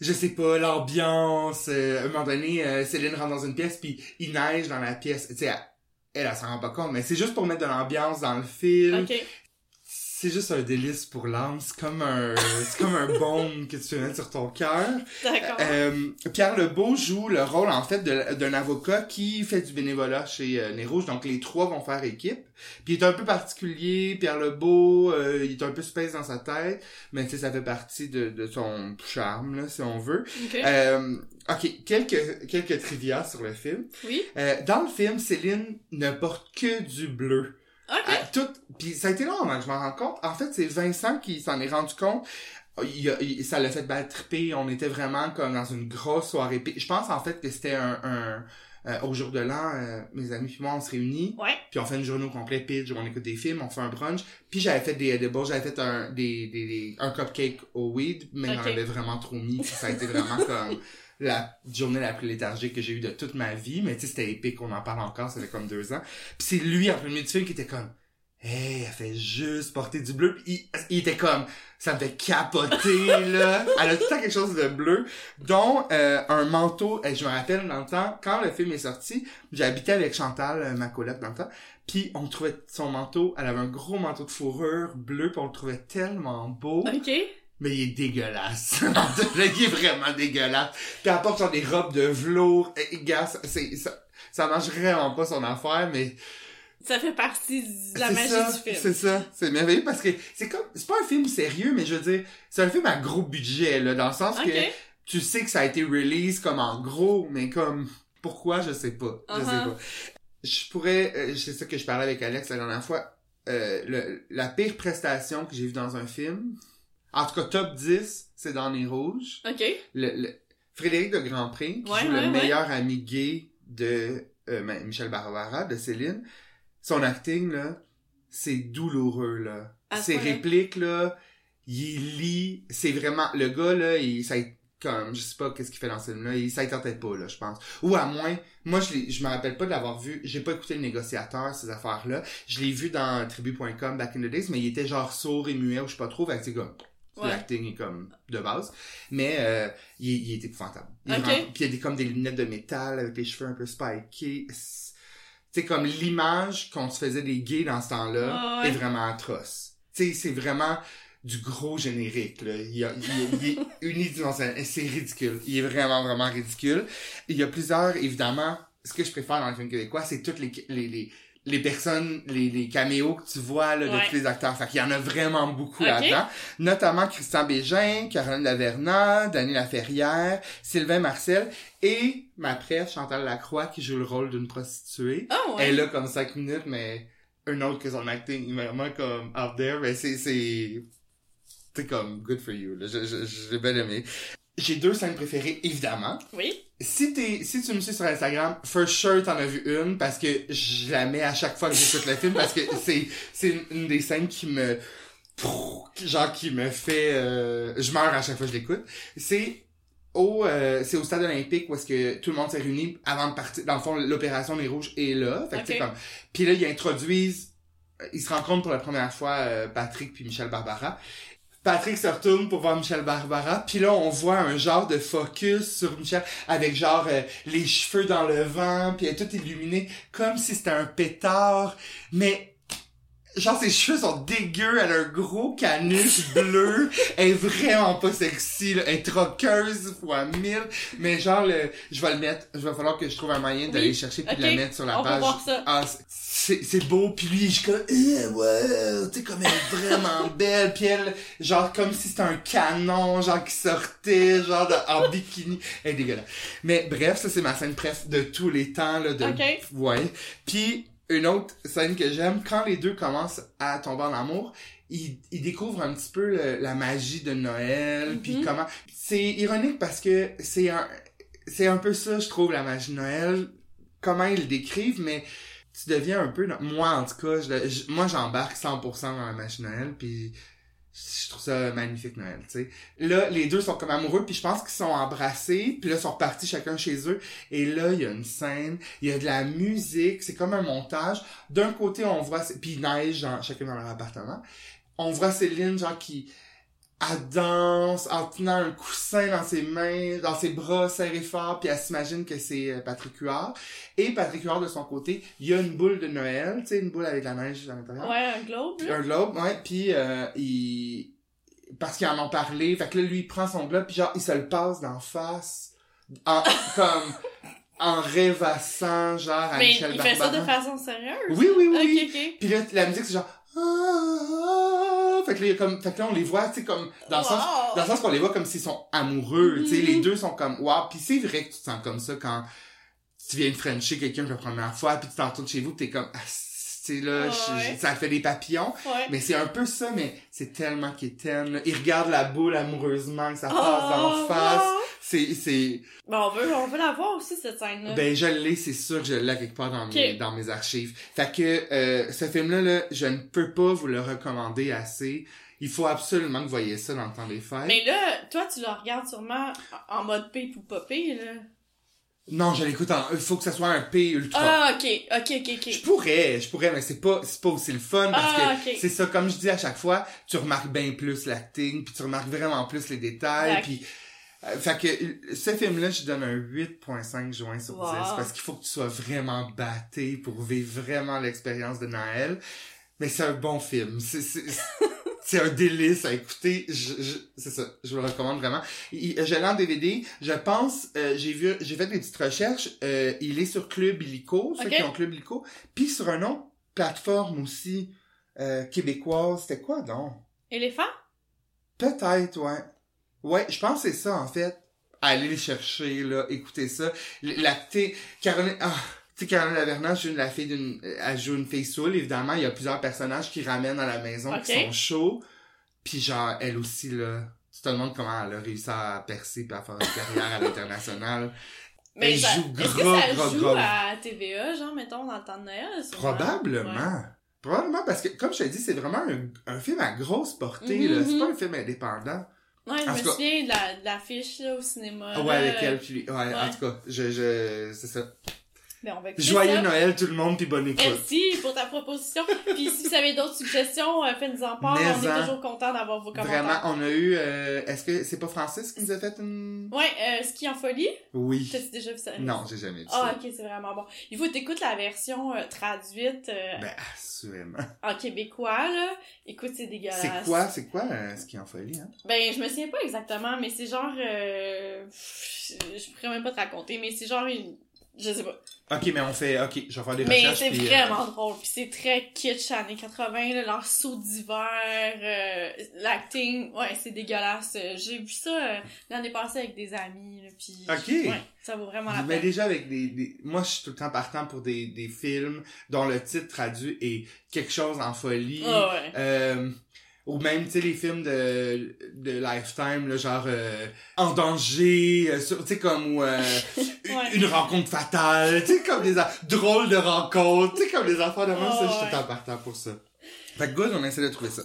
A: je sais pas, l'ambiance. euh, à un moment donné, euh, Céline rentre dans une pièce puis il neige dans la pièce. Tu sais, elle, elle, elle s'en rend pas compte, mais c'est juste pour mettre de l'ambiance dans le film.
B: Ok.
A: C'est juste un délice pour l'âme. C'est comme un, c'est comme un baume que tu fais mettre sur ton cœur.
B: D'accord.
A: Euh, Pierre Lebeau joue le rôle en fait de- d'un avocat qui fait du bénévolat chez euh, Les Rouges, donc les trois vont faire équipe. Puis il est un peu particulier, Pierre Lebeau, euh, il est un peu space dans sa tête, mais tu sais, ça fait partie de, de son charme, là, si on veut.
B: ok.
A: Euh, ok, quelques, quelques trivia sur le film.
B: oui.
A: Euh, dans le film, Céline ne porte que du bleu.
B: Ok.
A: À tout... Puis ça a été long avant que je m'en rende compte. En fait, c'est Vincent qui s'en est rendu compte. Il a- il- ça l'a fait battriper. On était vraiment comme dans une grosse soirée. Puis je pense en fait que c'était un... un euh, au jour de l'an, euh, mes amis puis moi, on se réunit.
B: Ouais.
A: Puis on fait une journée au complet pitch où on écoute des films, on fait un brunch. Puis j'avais fait des edibles, j'avais fait un, des, des, des- un cupcake au weed, mais j'en
B: Ok.
A: avais vraiment trop mis. Puis ça a été vraiment comme la journée la plus léthargique que j'ai eue de toute ma vie. Mais tu sais, c'était épique, on en parle encore, ça fait comme deux ans. Puis c'est lui, en plein milieu du film, qui était comme... Hey, elle fait juste porter du bleu. Puis il, il était comme, ça me fait capoter, là. Elle a tout le temps quelque chose de bleu, dont euh, un manteau. Et je me rappelle, dans le temps, quand le film est sorti, j'habitais avec Chantal, euh, ma coloc, dans le temps. Puis on trouvait son manteau. Elle avait un gros manteau de fourrure bleu, puis on le trouvait tellement beau.
B: Ok.
A: Mais il est dégueulasse. il est vraiment dégueulasse. Puis elle porte genre des robes de velours. Et, et, gars, c'est, ça, ça marche vraiment pas son affaire, mais
B: Ça fait partie de la
A: c'est
B: magie
A: ça,
B: du film.
A: C'est ça, c'est merveilleux parce que c'est comme c'est pas un film sérieux mais je veux dire, c'est un film à gros budget là dans le sens
B: Ok.
A: que tu sais que ça a été release comme en gros mais comme pourquoi je sais pas, je sais
B: Uh-huh.
A: pas. Je pourrais euh, c'est ça que je parlais avec Alex la dernière fois euh, le- la pire prestation que j'ai vue dans un film. En tout cas top 10, c'est dans les rouges.
B: Ok.
A: Le, le- Frédéric de Grandpré qui
B: Ouais,
A: joue
B: ouais,
A: le
B: ouais.
A: meilleur ami gay de euh, ben, Michel Barbara de Céline son acting là, c'est douloureux là.
B: À ce
A: Ses
B: point-là.
A: répliques là, il lit, c'est vraiment le gars là, il ça comme je sais pas qu'est-ce qu'il fait dans ce film là, il ça y tentait pas là, je pense. Ou à moins, moi je l'ai- je me rappelle pas de l'avoir vu, j'ai pas écouté le négociateur ces affaires là. Je l'ai vu dans tribu.com back in the days, mais il était genre sourd et muet ou je sais pas trop, fait que c'est comme
B: Ouais.
A: l'acting est comme de base, mais euh, il, il est épouvantable. Il est
B: Ok.
A: vraiment- Puis il y a des comme des lunettes de métal avec les cheveux un peu spikés. C'est- c'est comme l'image qu'on se faisait des gays dans ce temps-là
B: Ah ouais.
A: est vraiment atroce. Tu sais, c'est vraiment du gros générique, là. Il, y a- il y a- il est unidimensionnel. Et C'est ridicule. Il est vraiment, vraiment ridicule. Il y a plusieurs, évidemment, ce que je préfère dans le film québécois, c'est toutes les, les, les, les personnes, les, les caméos que tu vois, là, de
B: Ouais.
A: tous les acteurs. Fait qu'il y en a vraiment beaucoup
B: Ok.
A: là-dedans. Notamment Christian Bégin, Caroline Laverna, Dany Laferrière, Sylvain Marcel et ma presse, Chantal Lacroix, qui joue le rôle d'une prostituée.
B: Ah ouais.
A: Elle est là comme 5 minutes, mais un autre que son acting est vraiment comme out there, mais c'est, c'est, c'est comme good for you, là. Je, je, j'ai bien aimé. J'ai deux scènes préférées, évidemment.
B: Oui.
A: Si t'es, si tu me suis sur Instagram, for sure t'en as vu une, parce que je la mets à chaque fois que j'écoute le film, parce que c'est, c'est une- une des scènes qui me, genre qui me fait, euh, je meurs à chaque fois que je l'écoute. C'est au, euh, c'est au stade olympique où est-ce que tout le monde s'est réuni avant de partir. Dans le fond, l'opération des rouges est là. Fait que c'est
B: Ok.
A: comme. Puis là, ils introduisent, euh, ils se rencontrent pour la première fois euh, Patrick puis Michel Barbara. Patrick se retourne pour voir Michel Barbara, puis là on voit un genre de focus sur Michel avec genre euh, les cheveux dans le vent, puis elle est toute illuminée comme si c'était un pétard, mais genre ses cheveux sont dégueux, elle a un gros canus bleu, elle est vraiment pas sexy, là. elle est troqueuse fois mille, mais genre le, je vais le mettre, je vais falloir que je trouve un moyen
B: Oui,
A: d'aller chercher puis de
B: ok,
A: la mettre sur la
B: On peut
A: page.
B: voir ça.
A: Ah, c'est- c'est c'est beau, puis lui, je suis comme, Eh, ouais, tu sais, comme elle est vraiment belle, puis elle, genre, comme si c'était un canon, genre, qui sortait, genre, de- en bikini, elle est dégueulasse. Mais bref, ça, c'est ma scène préf de tous les temps, là, de...
B: Ok.
A: Ouais. Puis, une autre scène que j'aime, quand les deux commencent à tomber en amour, ils, ils découvrent un petit peu le- la magie de Noël, puis
B: Mhm.
A: comment... C'est ironique parce que c'est un... C'est un peu ça, je trouve, la magie de Noël comment ils le décrivent, mais tu deviens un peu... dans- Moi, en tout cas, je, je- moi, j'embarque 100% dans la magie de Noël, puis je trouve ça magnifique, Noël, tu sais. Là, les deux sont comme amoureux, puis je pense qu'ils sont embrassés, puis là, ils sont repartis chacun chez eux, et là, il y a une scène, il y a de la musique, c'est comme un montage. D'un côté, on voit... Puis il neige, genre, chacun dans leur appartement. On voit Céline, genre, qui... Elle danse en tenant un coussin dans ses mains, dans ses bras serrés fort, puis elle s'imagine que c'est euh, Patrick Huard. Et Patrick Huard, de son côté, il y a une boule de Noël, tu sais, une boule avec la neige à l'intérieur.
B: Ouais, un globe.
A: Puis
B: là.
A: un globe, ouais, puis euh, il... Parce qu'ils en ont parlé, fait que là, lui, il prend son globe, puis genre, il se le passe d'en face, en, comme, en rêvassant, genre, à
B: Mais
A: Michel
B: il fait ça de
A: Barbarin.
B: façon sérieuse.
A: Oui, oui, oui.
B: Ok, ok.
A: Puis là, la musique, c'est genre... Ah, ah, ah. Fait que là, il y a comme... fait que là, on les voit, tu sais, comme, dans le sens...
B: Wow.
A: Dans le sens qu'on les voit comme s'ils sont amoureux, tu sais,
B: Mhm.
A: les deux sont comme, wow, puis c'est vrai que tu te sens comme ça quand tu viens de frencher quelqu'un pour la première fois, puis tu t'en retournes chez vous, puis t'es comme, ah, c'est là, je-
B: Ah, Ouais.
A: ça fait des papillons,
B: Ouais.
A: mais c'est un peu ça, mais c'est tellement quétaine. là. Il regarde la boule amoureusement, que ça passe
B: Oh,
A: en face.
B: wow.
A: C'est, c'est,
B: Ben, on veut, on veut la voir aussi, cette scène-là.
A: ben, je l'ai, c'est sûr que je l'ai quelque part dans
B: Ok.
A: mes, dans mes archives. Fait que, euh, ce film-là, là, je ne peux pas vous le recommander assez. Il faut absolument que vous voyez ça dans le temps des fêtes.
B: Mais là, toi, tu la regardes sûrement en mode pape ou pas pape, là.
A: Non, je l'écoute en, il faut que ça soit un P ultra.
B: Ah, ok, ok, ok, ok.
A: Je pourrais, je pourrais, mais c'est pas, c'est pas aussi le fun parce
B: Ah,
A: que
B: ok.
A: c'est ça, comme je dis à chaque fois, tu remarques bien plus l'acting, puis tu remarques vraiment plus les détails,
B: Exact.
A: puis euh, fait que euh, ce film-là, je donne un 8.5 joint sur
B: Wow.
A: 10 parce qu'il faut que tu sois vraiment batté pour vivre vraiment l'expérience de Noël. Mais c'est un bon film. C'est- C'est c'est un délice à écouter. Je- je- C'est ça, je vous le recommande vraiment. Il- Je l'ai en DVD. Je pense, euh, j'ai vu, j'ai fait des petites recherches. euh, il est sur Club Illico, ceux
B: Ok.
A: qui ont Club Illico, puis sur un autre plateforme aussi euh, québécoise. C'était quoi donc?
B: Éléphant?
A: Peut-être, ouais. Ouais, je pense que c'est ça, en fait. Allez le chercher, là, écoutez ça. L- La thé- Caroline... Ah, tu sais, Caroline Laverna joue une- la fille d'une... euh, Elle joue une fille saoule, évidemment. Il y a plusieurs personnages qui ramènent à la maison,
B: Ok.
A: qui sont chauds. Puis genre, elle aussi, là... Tu te demandes comment elle a réussi à percer et à faire une carrière à l'international.
B: Mais
A: Elle
B: ça,
A: Ben, joue
B: est-ce que
A: gros,
B: ça
A: gros,
B: joue
A: gros.
B: à TVA, genre, mettons, dans le temps de Noël? sûrement?
A: Probablement. Probablement parce que, comme je te dis, c'est vraiment un, un film à grosse portée. là. C'est
B: Mhm.
A: pas un film indépendant.
B: Ouais, je
A: En
B: me
A: tout cas-
B: souviens de la- de l'affiche, là, au cinéma.
A: Ah ouais,
B: là.
A: avec elle. puis- ouais, en
B: ouais.
A: tout cas, je, je, c'est ça.
B: Ben, on va écouter
A: Joyeux
B: ça.
A: Noël tout le monde puis bonne écoute.
B: Merci pour ta proposition. Puis si vous avez d'autres suggestions, euh, faites-nous en part.
A: Mais
B: on est
A: en-
B: toujours content d'avoir vos commentaires.
A: Vraiment, on a eu euh, est-ce que c'est pas Francis qui nous a fait une
B: Ouais, euh, ski en folie.
A: Oui.
B: T'as-tu déjà vu ça?
A: Non, j'ai jamais vu
B: Ah,
A: ça.
B: ok, c'est vraiment bon. Il faut t'écouter la version euh, traduite euh,
A: Ben assurément.
B: en québécois, là. Écoute, c'est dégueulasse.
A: C'est quoi, c'est quoi euh, ce qui est en folie hein
B: Ben, je me souviens pas exactement, mais c'est genre... euh, pff, Je pourrais même pas te raconter, mais c'est genre une... Je sais pas.
A: OK, mais on fait OK, je vais faire des
B: Mais
A: recherches
B: c'est
A: puis, euh,
B: vraiment drôle. Puis c'est très kitsch années 80, là, leur saut d'hiver, euh, l'acting. Ouais, c'est dégueulasse. Euh, J'ai vu ça euh, l'année passée avec des amis. là, puis
A: Ok.
B: ouais, ça vaut vraiment la
A: mais
B: peine.
A: déjà avec des, des- moi je suis tout le temps partant pour des, des films dont le titre traduit est quelque chose en folie.
B: Ah ouais.
A: Euh, ou même, tu sais, les films de, de Lifetime, là, genre euh, En danger, euh, sur- tu sais, comme ou, euh, une-
B: Ouais.
A: une rencontre fatale, tu sais, comme des a- drôles de rencontres, tu sais, comme les enfants de moi,
B: Oh,
A: ça, je suis
B: ouais.
A: tout en partant pour ça. Fait que good, on essaie de trouver ça.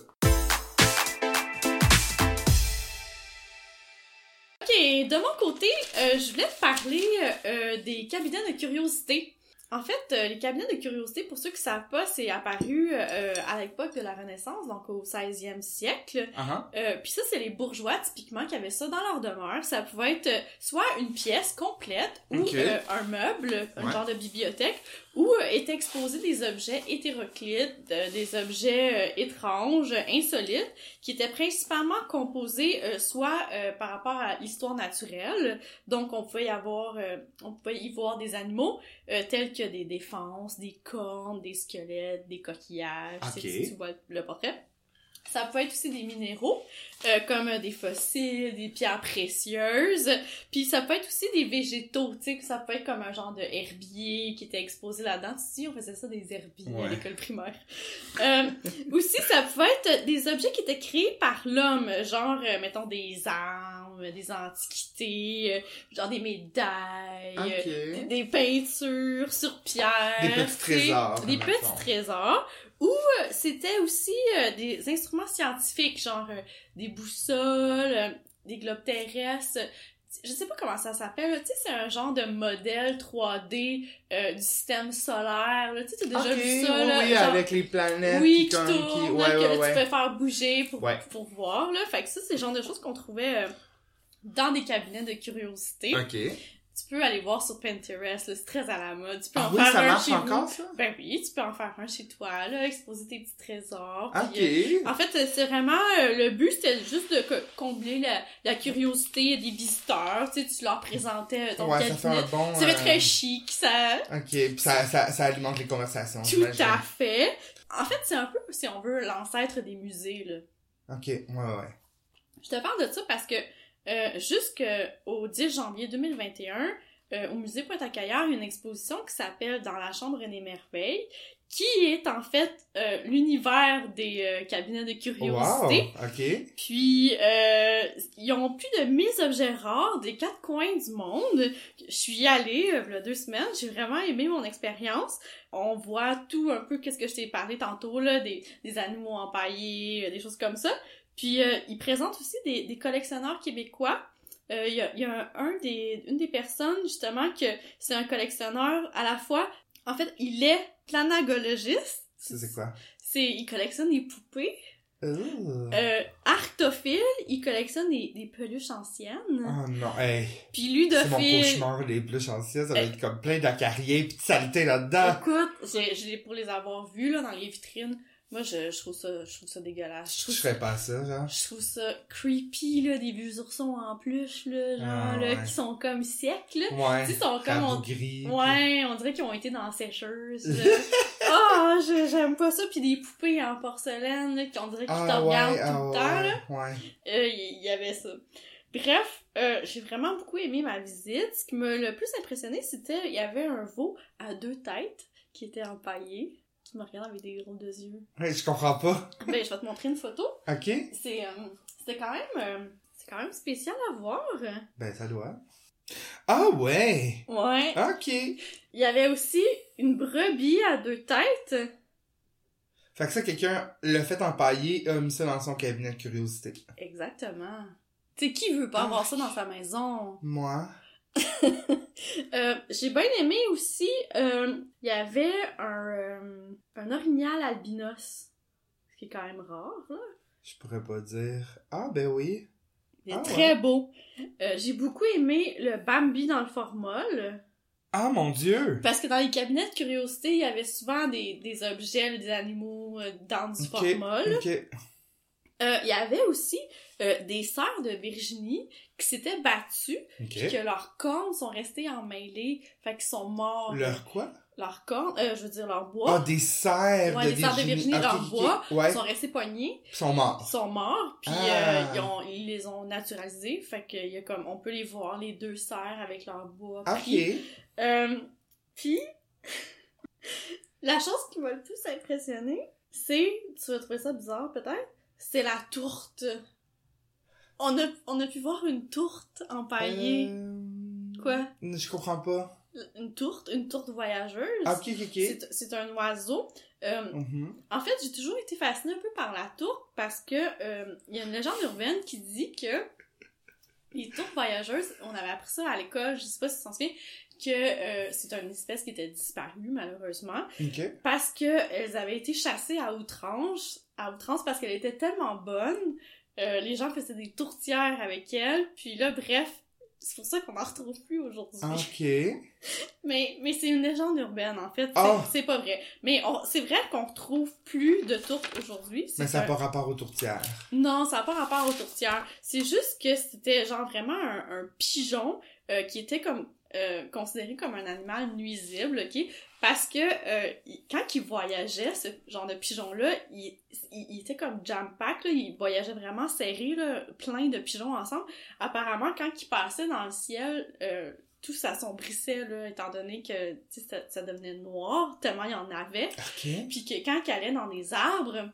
B: Ok, Et de mon côté, euh, je voulais te parler euh, des cabinets de curiosité. En fait, euh, les cabinets de curiosité, pour ceux qui ne savent pas, c'est apparu euh, à l'époque de la Renaissance, donc au 16e siècle.
A: Ah
B: Euh, Puis ça, c'est les bourgeois, typiquement, qui avaient ça dans leur demeure. Ça pouvait être euh, soit une pièce complète, ou
A: Ok.
B: euh, un meuble, un
A: Ouais.
B: genre de bibliothèque, où euh, étaient exposés des objets hétéroclites, euh, des objets euh, étranges, euh, insolites, qui étaient principalement composés euh, soit euh, par rapport à l'histoire naturelle, donc on pouvait y avoir, euh, on pouvait y voir des animaux euh, tels que des défenses, des cornes, des squelettes, des coquillages,
A: Ok.
B: c'est- si tu vois le portrait. Ça peut être aussi des minéraux, euh, comme euh, des fossiles, des pierres précieuses. Puis ça peut être aussi des végétaux, tu sais, que ça peut être comme un genre de herbier qui était exposé là-dedans. Si on faisait ça des herbiers à
A: Ouais.
B: l'école primaire. Euh, aussi, ça peut être des objets qui étaient créés par l'homme, genre, euh, mettons, des armes, des antiquités, euh, genre des médailles,
A: Ok.
B: des, des peintures sur pierre.
A: Des petits
B: tu sais,
A: trésors,
B: Des
A: dans le
B: petits
A: fond.
B: trésors. Ou euh, c'était aussi euh, des instruments scientifiques, genre euh, des boussoles, euh, des globes terrestres. Je sais pas comment ça s'appelle. là. Tu sais, c'est un genre de modèle 3D euh, du système solaire. là. Tu sais, t'as déjà
A: Ok,
B: vu ça,
A: oui,
B: là?
A: oui,
B: genre-
A: avec les planètes
B: oui, qui,
A: comme-
B: tourne,
A: qui-
B: là,
A: Ouais,
B: que
A: ouais,
B: là, tu
A: ouais.
B: peux faire bouger pour,
A: Ouais.
B: pour voir, là. Fait que ça, c'est le genre de choses qu'on trouvait euh, dans des cabinets de curiosité.
A: Ok.
B: Tu peux aller voir sur Pinterest, là, c'est très à la mode. Tu peux
A: Ah
B: en
A: oui,
B: faire
A: ça
B: un
A: marche
B: chez
A: encore,
B: vous.
A: ça?
B: Ben oui, tu peux en faire un chez toi, là, exposer tes petits trésors.
A: Ah, Ok.
B: puis, euh, en fait, euh, c'est vraiment euh, le but, c'était juste de co- combler la, la curiosité des visiteurs. Tu sais, tu leur présentais euh, ton
A: Ouais, ça fait un
B: cabinet.
A: bon.
B: Ça fait
A: euh,
B: très chic, ça.
A: Ok, puis ça, ça, ça alimente les conversations.
B: Tout
A: j'imagine.
B: à fait. En fait, c'est un peu, si on veut, l'ancêtre des musées, là.
A: Ok, ouais, ouais.
B: Je te parle de ça parce que euh, jusqu'au 10 janvier 2021, euh, au musée Pointe-à-Caillard, une exposition qui s'appelle Dans la chambre des merveilles, qui est en fait euh, l'univers des euh, cabinets de
A: Oh, Wow!
B: curiosité.
A: Ok.
B: Puis, euh, ils ont plus de 1000 objets rares des quatre coins du monde. Je suis y allée euh, il y a deux semaines, j'ai vraiment aimé mon expérience. On voit tout un peu, qu'est-ce que je t'ai parlé tantôt, là, des, des animaux empaillés, euh, des choses comme ça. Puis, euh, ils présentent aussi des, des collectionneurs québécois. Euh, Il y a, il y a un, un des, une des personnes, justement, que c'est un collectionneur à la fois... En fait, il est planagologiste.
A: Ça, c'est quoi?
B: C'est, il collectionne des poupées.
A: Ooh.
B: Euh, artophile, il collectionne des, des peluches anciennes.
A: Oh non, hey.
B: Puis
A: C'est mon
B: ludophile.
A: cauchemar, les plus anciens. Ça va être comme plein d'acariens pis de saleté là-dedans.
B: Écoute, j'ai- je l'ai pour les avoir vus là dans les vitrines. Moi, je, je trouve ça, je trouve ça dégueulasse. Je
A: Je
B: trouve ça,
A: ferais pas ça, genre.
B: je trouve ça creepy là, des vieux oursons en peluche là, genre
A: Ah,
B: là,
A: ouais.
B: qui sont comme secs là.
A: Ouais.
B: Tu sais, ils sont comme on,
A: rabougris,
B: Ouais, on dirait qu'ils ont été dans la sécheuse. là. Ah, je- j'aime pas ça. Puis des poupées en porcelaine, là, qu'on dirait
A: pis-
B: qu'ils
A: Ah
B: te regardent
A: ouais,
B: tout
A: ah
B: le temps. Là.
A: ouais, ouais.
B: Euh, il y, y avait ça. Bref, euh, j'ai vraiment beaucoup aimé ma visite. Ce qui m'a le plus impressionné, c'était il y avait un veau à deux têtes qui était empaillé, qui me regardait avec des gros deux yeux.
A: Ouais, je comprends pas.
B: ben, je vais te montrer une photo.
A: Ok?
B: C'est euh, c'était quand même euh, c'est quand même spécial à voir.
A: Ben, ça doit. Ah ouais!
B: Ouais.
A: Ok!
B: Il y avait aussi une brebis à deux têtes.
A: Fait que ça, quelqu'un l'a fait empailler et a mis ça dans son cabinet de curiosité.
B: Exactement. Ah, Tu sais, qui veut pas avoir ça dans sa maison?
A: Moi?
B: Euh, j'ai bien aimé aussi, euh, il y avait un, euh, un orignal albinos, ce qui est quand même rare. hein.
A: Je pourrais pas dire. Ah ben oui.
B: Il est
A: Ah,
B: très beau. Euh, j'ai beaucoup aimé le Bambi dans le formol,
A: Ah mon dieu!
B: parce que dans les cabinets de curiosité, il y avait souvent des, des objets, des animaux euh, dans du
A: Ok.
B: formol.
A: Ok.
B: Euh, il y avait aussi euh, des sœurs de Virginie qui s'étaient battues, puis
A: Ok.
B: que leurs cornes sont restées emmêlées, fait qu'ils sont morts.
A: Leur quoi?
B: Leurs cornes, euh, je veux dire leurs bois.
A: Ah, des cerfs
B: Ouais,
A: de
B: des cerfs de
A: Virginie.
B: Virginie,
A: Ok,
B: leur
A: ok,
B: bois,
A: Ouais,
B: Ils sont restés pognés,
A: ils sont
B: ils
A: morts.
B: sont morts, puis
A: Ah.
B: euh, ils, ont- ils les ont naturalisés, fait que y a comme on peut les voir les deux serres avec leur bois.
A: Ah, Ok.
B: pris. Euh, puis la chose qui m'a le plus impressionné, c'est tu vas trouver ça bizarre peut-être, c'est la tourte. On a on a pu voir une tourte empaillée.
A: Euh,
B: Quoi
A: Je comprends pas.
B: Une tourte, une tourte voyageuse.
A: Ah, ok, ok, ok.
B: C'est- C'est un oiseau. Euh,
A: Mhm.
B: En fait, j'ai toujours été fascinée un peu par la tourte parce que euh, il y a une légende urbaine qui dit que Les tours voyageuses, on avait appris ça à l'école, je sais pas si tu t'en souviens, que euh, c'est une espèce qui était disparue, malheureusement,
A: Ok.
B: parce que elles avaient été chassées à outrance, à outrance parce qu'elles étaient tellement bonnes, euh, les gens faisaient des tourtières avec elles, puis là, bref, c'est pour ça qu'on en retrouve plus aujourd'hui.
A: Ok.
B: Mais, mais c'est une légende urbaine, en fait. C'est-
A: Oh.
B: C'est pas vrai. Mais on- c'est vrai qu'on retrouve plus de tourtes aujourd'hui.
A: Mais
B: c'est
A: Ben, ça
B: un-
A: n'a pas rapport aux tourtières.
B: Non, ça n'a pas rapport aux tourtières. C'est juste que c'était genre vraiment un, un pigeon euh, qui était comme euh, considéré comme un animal nuisible, ok? Parce que euh, il- quand il voyageait, ce genre de pigeon-là, il, il, il était comme jam-pack, là, il voyageait vraiment serré, là, plein de pigeons ensemble. Apparemment, quand il passait dans le ciel, euh, tout s'assombrissait, là, étant donné que tu sais, ça, ça devenait noir, tellement il y en avait.
A: Ok.
B: Puis que quand ils allaient dans les arbres,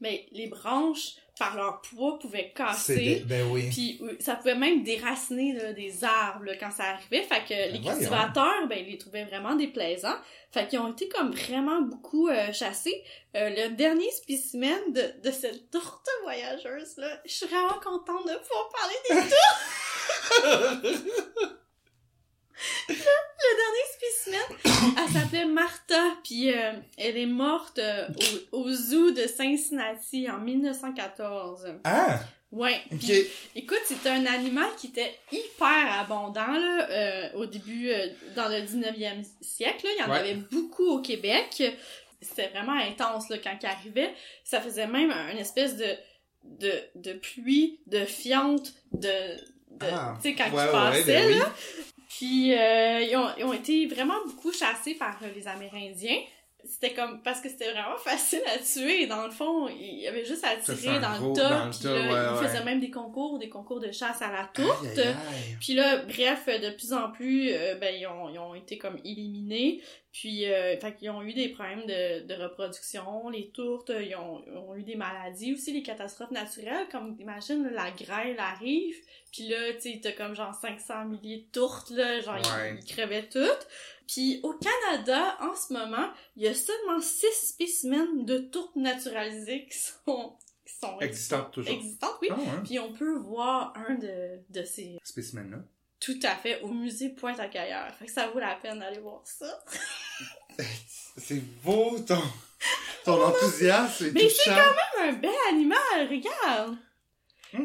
B: ben, les branches, par leur poids, pouvaient
A: C'est
B: casser.
A: de- Ben oui.
B: Ah, Puis euh, ça pouvait même déraciner là, des arbres là, quand ça arrivait. Fait que les
A: voyons.
B: cultivateurs, ben, ils les trouvaient vraiment déplaisants. Fait qu'ils ont été comme vraiment beaucoup euh, chassés. Euh, le dernier spécimen de, de cette tourte voyageuse, là, je suis vraiment contente de pouvoir parler des... Le dernier spécimen, elle s'appelait Martha. Puis euh, elle est morte euh, au, au zoo de Cincinnati en 1914.
A: ah!
B: Ouais.
A: Ok.
B: Puis Écoute, c'était un animal qui était hyper abondant là, euh, au début, euh, dans le 19e siècle. là. il y en
A: Ouais.
B: avait beaucoup au Québec. C'était vraiment intense là, quand il arrivait. Ça faisait même une espèce de, de, de pluie, de fiente, de... de
A: Ah.
B: tu sais, quand
A: Ouais,
B: il
A: ouais,
B: passait,
A: ben oui.
B: là. Puis, euh, ils, ont, ils ont été vraiment beaucoup chassés par euh, les Amérindiens. C'était comme... Parce que c'était vraiment facile à tuer. Dans le fond, il y avait juste à
A: Ça, c'est
B: tirer
A: un
B: dans,
A: gros-
B: le top.
A: dans le
B: puis
A: tas,
B: là,
A: ouais,
B: ils
A: ouais.
B: faisaient même des concours, des concours de chasse à la
A: Aïe,
B: tourte.
A: aïe, aïe.
B: Puis là, bref, de plus en plus, euh, ben, ils ont, ils ont été comme éliminés. Puis, euh, fait qu'ils ont eu des problèmes de, de reproduction, les tourtes, ils ont, ils ont eu des maladies aussi, les catastrophes naturelles. Comme, imagine, la grêle arrive, puis là, tu sais, t'as comme genre 500 milliers de tourtes, là, genre, ils-
A: Ouais.
B: ils, crevaient toutes. Puis au Canada, en ce moment, il y a seulement 6 spécimens de tourtes naturalisées qui sont, qui sont
A: Existante toujours.
B: existantes, oui.
A: Ah ouais.
B: Puis on peut voir un de, de ces
A: Spécimen-là.
B: tout à fait au musée Pointe-à-Caillère. Fait que ça vaut la peine d'aller voir ça.
A: C'est beau ton, ton enthousiasme et
B: Oh, Mais
A: tout
B: c'est
A: ça.
B: Même un bel animal, regarde!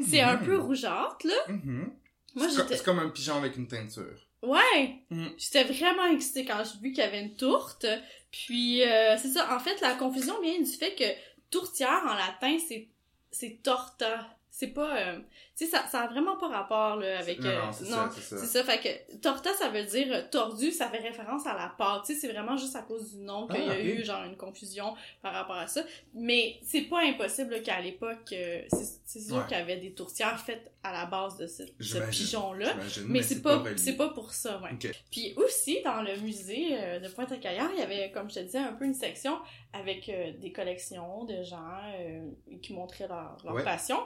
B: C'est un peu rougeâtre, là.
A: Mhm.
B: Moi,
A: Mm. C'est co-
B: j'étais...
A: c'est comme un pigeon avec une teinture.
B: Ouais!
A: Mm.
B: J'étais vraiment excitée quand j'ai vu qu'il y avait une tourte. Puis, euh, c'est ça. En fait, la confusion vient du fait que tourtière, en latin, c'est... c'est torta. C'est pas... euh, Tu sais, ça, ça a vraiment pas rapport, là, avec...
A: Non,
B: euh,
A: non, c'est ça, c'est
B: C'est
A: ça.
B: ça, fait que torta, ça veut dire euh, tordu, ça fait référence à la pâte. Tu sais, c'est vraiment juste à cause du nom qu'il y a
A: Ah, ok.
B: eu, genre, une confusion par rapport à ça. Mais c'est pas impossible là, qu'à l'époque, euh, c'est- c'est sûr
A: Ouais.
B: qu'il y avait des tourtières faites à la base de ce, ce
A: J'imagine.
B: pigeon-là.
A: J'imagine,
B: Mais, c'est pas,
A: relié.
B: c'est pas pour ça, ouais.
A: Ok.
B: Puis aussi, dans le musée euh, de Pointe-à-Caillère, il y avait, comme je te disais, un peu une section avec euh, des collections de gens euh, qui montraient leur, leur
A: Ouais.
B: passion.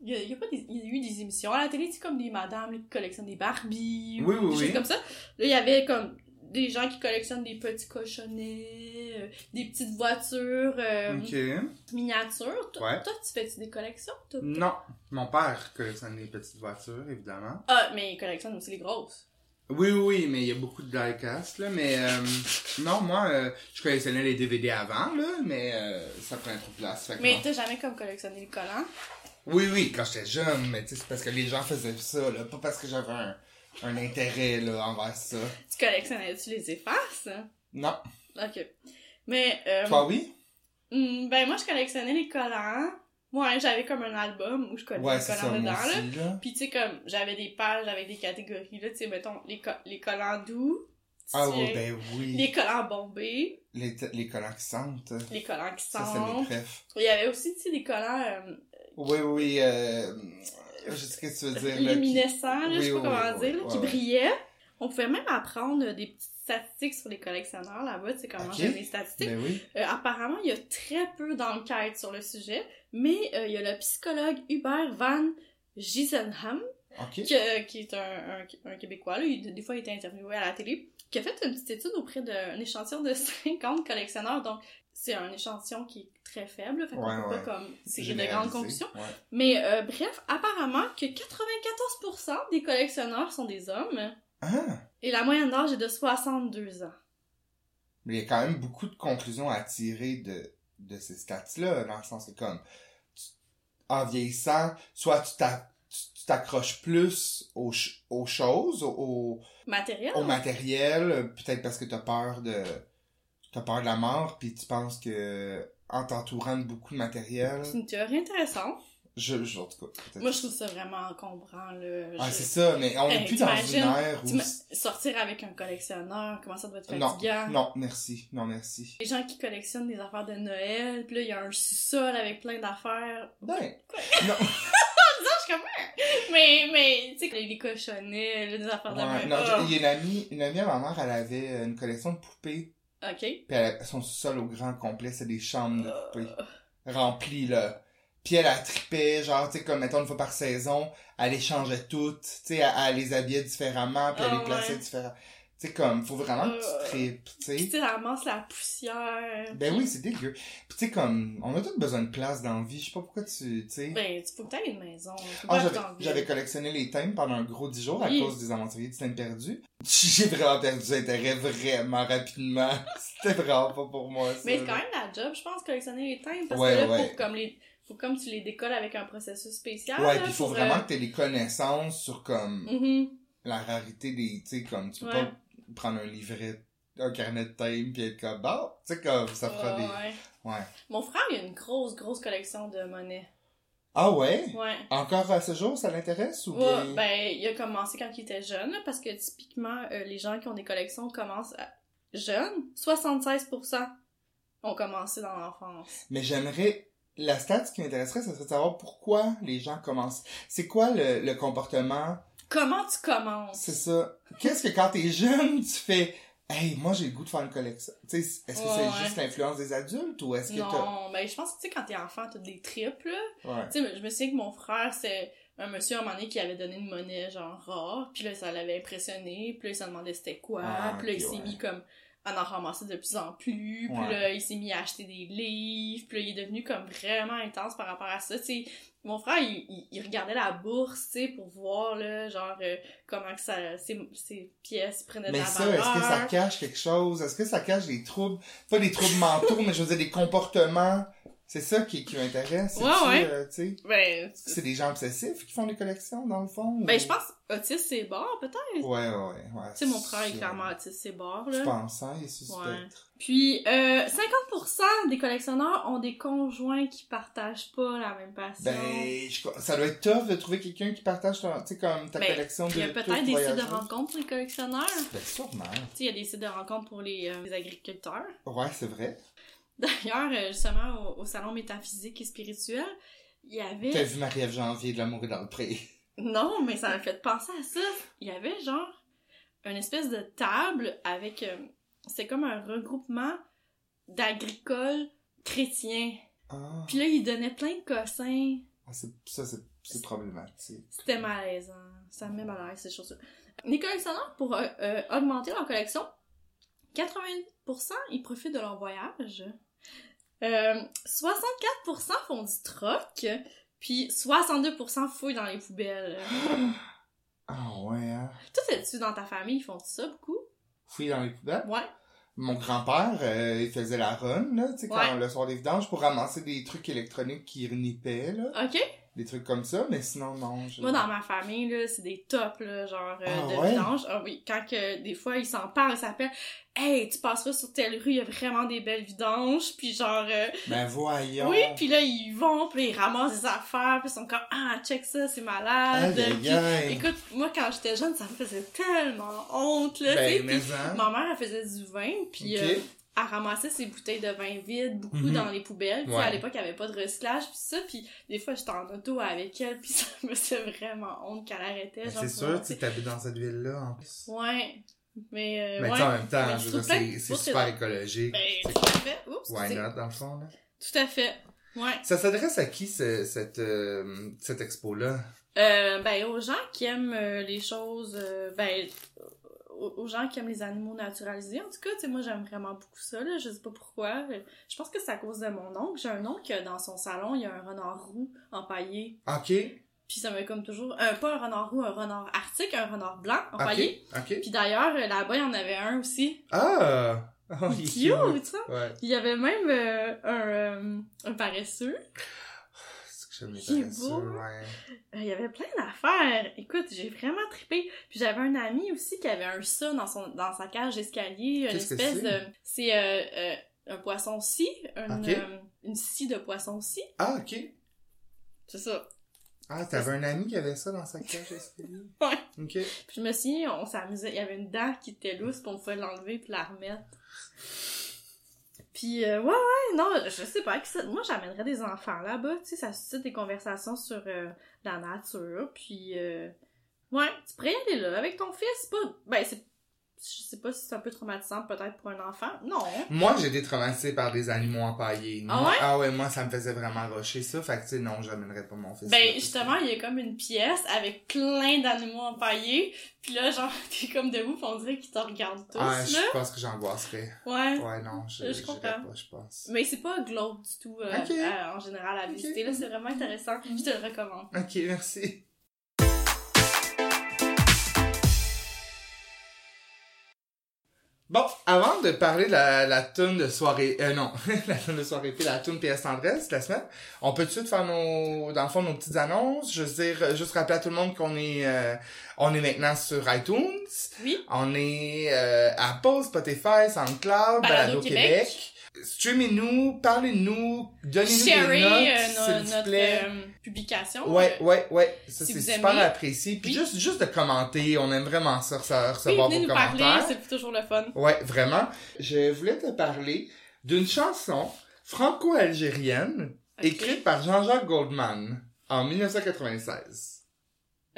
B: Il y, a, il y a pas des- il y a eu des émissions à la télé, tu sais, comme des madames là, qui collectionnent des Barbies
A: Oui, oui,
B: ou des
A: oui.
B: choses comme ça. Là, il y avait comme des gens qui collectionnent des petits cochonnets, euh, des petites voitures euh,
A: Ok.
B: miniatures. Toi,
A: Ouais.
B: toi, tu fais-tu des collections, toi?
A: Non. Mon père collectionne les petites voitures, évidemment.
B: Ah, mais ils collectionnent aussi les grosses.
A: Oui, oui, oui, mais il y a beaucoup de diecast, là, mais euh, non, moi, euh, je collectionnais les DVD avant, là, mais euh, ça prend trop de place, fait que
B: Mais
A: non.
B: t'as jamais comme collectionné les collants?
A: Oui, oui, quand j'étais jeune, mais tu sais, c'est parce que les gens faisaient ça, là, pas parce que j'avais un, un intérêt, là, envers ça.
B: Tu collectionnais-tu les effaces? hein?
A: Non.
B: Ok. Mais, euh,
A: Toi, oui?
B: hmm, ben moi, je collectionnais les collants. Ouais, j'avais comme un album où je collais
A: Ouais,
B: les
A: c'est ça,
B: collants dedans,
A: moi
B: là.
A: aussi, là.
B: Puis, tu sais, comme, j'avais des pages avec des catégories, là, tu sais, mettons, les, co- les collants doux.
A: Ah
B: tu
A: oui,
B: sais,
A: ben oui.
B: Les collants bombés,
A: Les, t- les collants qui sentent,
B: les collants qui
A: ça, c'est mes
B: sentent.
A: prefs.
B: Il y avait aussi, tu sais, des collants euh,
A: Oui, oui, euh, je sais ce que tu veux dire, là. qui-
B: luminescents, là, je
A: Oui,
B: sais pas
A: oui,
B: comment
A: oui,
B: dire, là,
A: oui,
B: qui
A: ouais, ouais.
B: brillaient. On pouvait même apprendre des petites statistiques sur les collectionneurs là-bas, tu sais, comment
A: Ok.
B: j'aime les statistiques.
A: Ben oui.
B: Euh, apparemment, il y a très peu d'enquêtes sur le sujet, mais euh, il y a le psychologue Hubert Van Gisenham,
A: Ok.
B: qui, euh, qui est un, un- un Québécois, là, il- des fois il était interviewé à la télé, qui a fait une petite étude auprès d'un échantillon de 50 collectionneurs, donc c'est un échantillon qui est très faible, fait qu'on
A: Ouais,
B: peut
A: ouais.
B: pas comme tirer de
A: Généralisé.
B: grandes conclusions.
A: Ouais.
B: Mais euh, bref, apparemment que 94% des collectionneurs sont des hommes
A: Ah!
B: et la moyenne d'âge est de 62 ans.
A: Mais il y a quand même beaucoup de conclusions à tirer de, de ces stats-là, dans le sens que comme, tu- en vieillissant, soit tu t'a- tu- tu t'accroches plus aux, ch- aux choses, aux,
B: Matériel?
A: au matériel, euh, peut-être parce que t'as peur de t'as peur de la mort, puis tu penses que en t'entourant de beaucoup de matériel,
B: C'est une théorie intéressante.
A: je, je en tout cas, peut-être.
B: Moi, je trouve ça vraiment encombrant, là.
A: Ah,
B: Je-
A: c'est ça, mais on
B: Hey,
A: est plus dans une
B: t'imagines-
A: ère
B: tu
A: où
B: me- Sortir avec un collectionneur, comment ça doit être
A: Non,
B: fatigant.
A: non, merci, non merci.
B: Les gens qui collectionnent des affaires de Noël, puis là, il y a un sous-sol avec plein d'affaires.
A: Ben,
B: Ah, je comprends! Mais, mais, tu sais, les- les cochonnets, là, des affaires
A: ouais,
B: de Ah.
A: non,
B: Noël.
A: il y a une amie, une amie à ma mère, elle avait une collection de poupées,
B: Ah, OK.
A: puis elle- son sous-sol au grand complet, c'est des chambres de poupées
B: Euh,
A: remplies là. Puis elle, elle tripait, genre, tu sais, comme, mettons, une fois par saison, elle les changeait toutes, tu sais, elle, elle les habillait différemment, puis
B: Ah,
A: elle les plaçait
B: ouais. Euh.
A: différemment. Tu sais, comme, faut vraiment que tu tripes, tu
B: Puis,
A: sais.
B: tu sais, ça ramasse la poussière.
A: Ben oui, c'est dégueu. Puis tu sais, comme, on a tous besoin de place dans la vie, je sais pas pourquoi tu, tu sais...
B: Ben, tu faut que t'ailles une maison. Faut
A: Ah,
B: pas
A: j'avais-
B: que t'en
A: j'avais
B: viennes.
A: collectionné les thèmes pendant un gros 10 jours à
B: Oui.
A: cause des aventuriers du thème perdu. J'ai vraiment perdu intérêt vraiment rapidement. C'était vraiment pas pour moi, ça.
B: Mais c'est
A: là.
B: quand même la job, je pense, collectionner les timbres. Parce
A: Ouais,
B: que là,
A: ouais.
B: faut, comme les... faut comme tu les décolles avec un processus spécial.
A: Ouais,
B: là,
A: puis il faut
B: pour,
A: vraiment
B: euh,
A: que t'aies les connaissances sur, comme,
B: mhm.
A: la rarité des, tu sais, comme, tu peux
B: Ouais.
A: pas prendre un livret, un carnet de thèmes pis être comme, bah, tu sais, comme, ça fera des...
B: Ouais.
A: Ouais.
B: Mon frère, il a une grosse, grosse collection de monnaies.
A: Ah ouais?
B: Ouais.
A: Encore à ce jour, ça l'intéresse ou
B: Ouais,
A: bien?
B: ben, il a commencé quand il était jeune, là, parce que typiquement, euh, les gens qui ont des collections commencent à- jeunes. 76% ont commencé dans l'enfance.
A: Mais j'aimerais, la stat ce qui m'intéresserait, ce serait de savoir pourquoi les gens commencent. C'est quoi le, le comportement?
B: Comment tu commences?
A: C'est ça. Qu'est-ce que quand t'es jeune, tu fais, hey, moi j'ai le goût de faire une collection. Tu sais, est-ce que
B: Ouais,
A: c'est
B: ouais.
A: juste l'influence des adultes ou est-ce que t'as...
B: Non, ben, je pense que, tu sais, quand t'es enfant, t'as des triples,
A: Ouais.
B: Tu sais, je me souviens que mon frère, c'est un monsieur à un moment donné qui avait donné une monnaie genre rare, puis là, ça l'avait impressionné, puis là, il s'en demandait c'était quoi,
A: Ah,
B: puis là, il
A: ok,
B: s'est
A: ouais.
B: mis comme à en ramasser de plus en plus, puis
A: Ouais.
B: là, il s'est mis à acheter des livres, puis là, il est devenu comme vraiment intense par rapport à ça, tu sais. Mon frère, il, il- il regardait la bourse, tu sais, pour voir, là, genre, euh, comment que ça, ses, ses pièces prenaient de
A: Mais
B: la
A: ça,
B: valeur.
A: est-ce que ça cache quelque chose? Est-ce que ça cache des troubles? Pas des troubles mentaux, mais je veux dire des comportements. C'est ça qui, qui m'intéresse.
B: Ouais,
A: C'est-tu,
B: ouais.
A: euh, tu sais,
B: Ben,
A: est-ce que c'est des gens obsessifs qui font des collections, dans le fond?
B: ben,
A: ou-
B: je pense, autiste, c'est barre, peut-être.
A: Ouais, ouais, ouais. ouais.
B: Tu sais, mon frère est
A: C'est-
B: clairement autiste, c'est barre,
A: Je
B: là.
A: pense, hein, il est suspect.
B: Ouais. Puis, euh, 50% des collectionneurs ont des conjoints qui partagent pas la même passion.
A: Ben, je- ça doit être tough de trouver quelqu'un qui partage ton, tu sais, comme ta
B: Ben,
A: collection de
B: il y a peut-être
A: tous
B: des sites de
A: voyageurs.
B: rencontres pour les collectionneurs. Tu
A: Ben, sûrement.
B: sais, il y a des sites de rencontres pour les, euh, les agriculteurs.
A: Ouais, c'est vrai.
B: D'ailleurs, euh, justement, au, au salon métaphysique et spirituel, il y
A: T'as
B: avait...
A: vu Marie-Ève Janvier de l'amour et dans le pré.
B: Non, mais ça m'a fait penser à ça. Il y avait genre une espèce de table avec... euh, c'est comme un regroupement d'agricoles chrétiens.
A: Ah,
B: Puis là, ils donnaient plein de cossins.
A: Ah, c'est- ça, c'est- c'est problématique.
B: C'était malaisant. hein. Ça me met mal à l'aise, ces choses-là. Les collectionneurs, pour euh, euh, augmenter leur collection, 80% ils profitent de leur voyage. Euh, 64% font du troc. Puis 62% fouillent dans les poubelles.
A: Ah, ouais, hein.
B: Toi, tu dans ta famille, ils font ça beaucoup?
A: Fouiller dans les poubelles.
B: Ouais.
A: Mon grand-père, euh, il faisait la run, là, tu sais, quand
B: Ouais.
A: le soir des vidanges, pour ramasser des trucs électroniques qui renipaient, là.
B: OK?
A: Des trucs comme ça, mais sinon, non. je-
B: Moi, dans ma famille, là, c'est des tops, là, genre, euh,
A: Ah
B: de
A: ouais?
B: vidange. Ah oui, quand que, des fois, ils s'en parlent, ils s'appellent « Hey, tu passes pas sur telle rue, il y a vraiment des belles vidanges. » Puis genre... euh,
A: Ben, voyons.
B: Oui, puis là, ils vont, puis là, ils ramassent des affaires, puis ils sont comme « Ah, check ça, c'est malade!
A: Aïe, aïe, aïe.
B: Puis, Ah, Écoute, moi, quand j'étais jeune, ça me faisait tellement honte, là, tu sais,
A: Ben,
B: puis
A: mais hein.
B: Ma mère, elle faisait du vin, puis
A: Ok.
B: euh, elle ramassait ses bouteilles de vin vides, beaucoup
A: Mhm.
B: dans les poubelles. Puis à
A: Ouais.
B: l'époque, il n'y avait pas de recyclage, puis ça, puis des fois, j'étais en auto avec elle, puis ça me faisait vraiment honte qu'elle arrêtait.
A: Ben,
B: genre,
A: C'est
B: pour
A: sûr,
B: voir,
A: tu sais, t'habites dans cette ville-là, en plus.
B: Ouais, mais... euh,
A: Mais tu
B: ouais.
A: sais, en même temps,
B: Mais
A: je
B: sur
A: veux dire,
B: plein-
A: c'est- c'est
B: pour ces-
A: super écologique.
B: Ben,
A: C'est-
B: tout à fait. Oups,
A: Why
B: c'est-
A: not, dans le fond, là?
B: Tout à fait. Ouais.
A: Ça s'adresse à qui, ce- cette, euh, cette expo-là?
B: Euh, ben, aux gens qui aiment euh, les choses, euh, ben, aux, aux gens qui aiment les animaux naturalisés. En tout cas, tu sais, moi, j'aime vraiment beaucoup ça, là. Je sais pas pourquoi. Je pense que c'est à cause de mon oncle. J'ai un oncle que dans son salon, il y a un renard roux empaillé.
A: Ok.
B: Puis ça m'a comme toujours... euh, pas un renard roux, un renard arctique, un renard blanc empaillé.
A: Ok. Ok.
B: Puis d'ailleurs, euh, là-bas, il y en avait un aussi.
A: Ah! Oh, il est
B: Cute, ça!
A: Ouais.
B: Il y avait même euh, un, euh, un paresseux.
A: C'est que j'aime
B: Il est
A: les paresseux,
B: beau.
A: ouais.
B: Euh, Il y avait plein d'affaires. Écoute, j'ai vraiment trippé. Puis j'avais un ami aussi qui avait un chat dans son dans sa cage d'escalier, une
A: Qu'est-ce que
B: espèce
A: c'est?
B: de c'est euh, euh, un poisson scie, une,
A: Ok.
B: euh, une scie de poisson scie.
A: Ah, ok.
B: C'est ça.
A: Ah, t'avais un ami qui avait ça dans sa cage d'escalier?
B: Ouais.
A: Ok.
B: Puis je me souviens, on s'amusait, il y avait une dent qui était lousse, puis on pouvait l'enlever puis la remettre. Puis euh, ouais ouais, non, je sais pas que ça- moi j'amènerais des enfants là-bas, tu sais, ça suscite des conversations sur euh, la nature, puis euh, ouais, tu pourrais y aller là avec ton fils, c'est pas ben c'est je sais pas si c'est un peu traumatisant peut-être pour un enfant. Non.
A: Moi, j'ai été traumatisée par des animaux empaillés.
B: Ah
A: Moi-
B: ouais?
A: Ah ouais, moi, ça me faisait vraiment rusher ça. Fait que, tu sais, non, j'amènerais pas mon fils. là,
B: Ben
A: parce que-
B: justement, il y a comme une pièce avec plein d'animaux empaillés, puis là genre t'es comme debout, puis on dirait qu'ils te regardent tous
A: Ah,
B: là.
A: je pense que j'angoisserais.
B: Ouais.
A: Ouais, non, je,
B: Je
A: je
B: comprends.
A: pas, je pense.
B: Mais c'est pas glauque du tout euh,
A: Ok.
B: euh, en général à
A: Ok. Mhm.
B: visiter. Là, c'est vraiment intéressant. Je te le recommande.
A: Ok, merci. Bon, avant de parler de la, la toune de soirée... Euh, non, la toune de soirée puis la toune PS Tendresse de la semaine, on peut tout de suite faire nos... Dans le fond, nos petites annonces. Je veux dire, euh, juste rappeler à tout le monde qu'on est... euh, on est maintenant sur iTunes.
B: Oui.
A: On est euh, Apple, Spotify, SoundCloud,
B: Balado
A: Balado Québec. Streamez-nous, parlez-nous, donnez-nous des
B: Sharez
A: notes,
B: euh, no-
A: s'il vous
B: notre
A: plaît.
B: euh, publication.
A: Ouais,
B: Euh,
A: ouais, ouais. Ça,
B: si vous
A: c'est super
B: aimez.
A: apprécié. Puis
B: Oui.
A: juste, juste de commenter. On aime vraiment ça, rece-
B: oui,
A: recevoir
B: venez
A: vos
B: nous
A: commentaires.
B: parler, c'est toujours le fun.
A: Ouais, vraiment. Je voulais te parler d'une chanson franco-algérienne
B: Ok.
A: écrite par Jean-Jacques Goldman en 1996.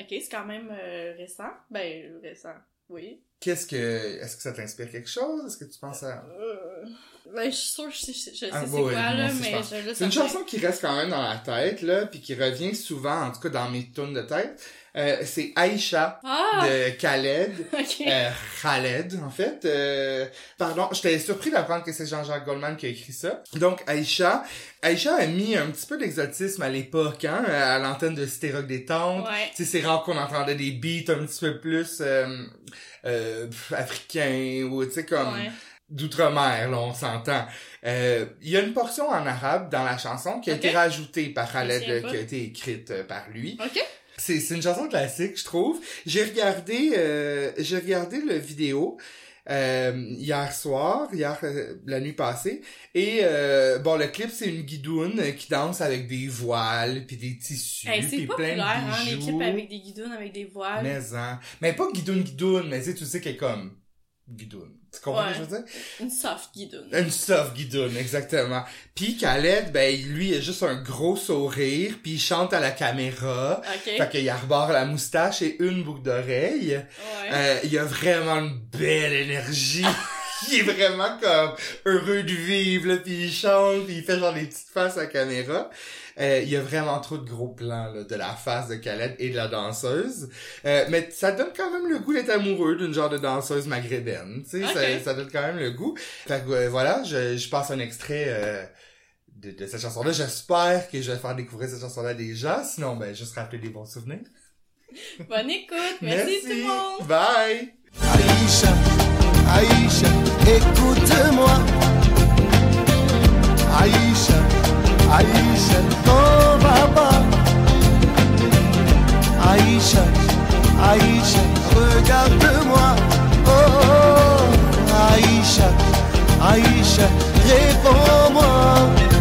B: Ok, c'est quand même euh, récent. Ben, récent. Oui.
A: Qu'est-ce que, est-ce que ça t'inspire quelque chose? Est-ce que tu penses à...
B: Euh, ben, je suis sûre, je sais, je sais
A: Ah,
B: c'est
A: ouais,
B: quoi,
A: ouais,
B: là,
A: moi aussi, je
B: mais
A: pense.
B: je le
A: C'est
B: sais.
A: une chanson qui reste quand même dans la tête, là, puis qui revient souvent, en tout cas dans mes tunes de tête. Euh, c'est Aïcha
B: Ah!
A: de Khaled.
B: Ok.
A: Euh, Khaled, en fait. Euh, pardon, j'étais surpris d'apprendre que c'est Jean-Jacques Goldman qui a écrit ça. Donc, Aïcha. Aïcha a mis un petit peu d'exotisme à l'époque, hein, à l'antenne de Cité Rock des Tentes.
B: ouais.
A: Tu sais, c'est rare qu'on entendait des beats un petit peu plus euh, euh, pff, africains ou, tu sais, comme
B: ouais.
A: d'outre-mer, là, on s'entend. Euh, Il y a une portion en arabe dans la chanson qui a
B: Ok.
A: été rajoutée par Khaled,
B: Je me souviens pas.
A: qui a été écrite euh, par lui.
B: Ok.
A: C'est c'est une chanson classique, je trouve. J'ai regardé, euh, j'ai regardé le vidéo euh, hier soir, hier euh, la nuit passée. Et euh, bon, le clip c'est une guidoune qui danse avec des voiles puis des tissus
B: Hey, c'est
A: puis plein
B: populaire, hein,
A: de
B: les
A: bijoux.
B: clips avec des guidounes, avec des voiles.
A: Mais hein. mais pas guidoune guidoune, mais tu sais, tu sais qu'elle est comme guidoune. Tu comprends
B: Ouais.
A: ce que je veux dire?
B: Une soft guidoune.
A: Une soft guidoune, exactement. Puis Khaled, ben lui, il a juste un gros sourire, puis il chante à la caméra. Fait
B: Ok.
A: qu'il arbore la moustache et une boucle d'oreille.
B: Ouais.
A: Euh, il a vraiment une belle énergie. il est vraiment comme heureux de vivre, là, puis il chante, puis il fait genre des petites faces à la caméra. Euh, il y a vraiment trop de gros plans là, de la face de Khaled et de la danseuse. Euh, mais ça donne quand même le goût d'être amoureux d'une genre de danseuse maghrébine. Tu sais,
B: Ok.
A: ça, ça donne quand même le goût. Fait que euh, voilà, je, je passe un extrait euh, de, de cette chanson-là. J'espère que je vais faire découvrir cette chanson-là des gens. Sinon, ben, juste rappeler des bons souvenirs.
B: Bonne écoute. Merci, tout le monde.
A: Bye!
C: Aïcha, Aïcha, écoute-moi. Aïcha, Aïcha, ton papa. Aïcha, Aïcha, regarde-moi. Oh, oh, Aïcha, Aïcha, réponds-moi.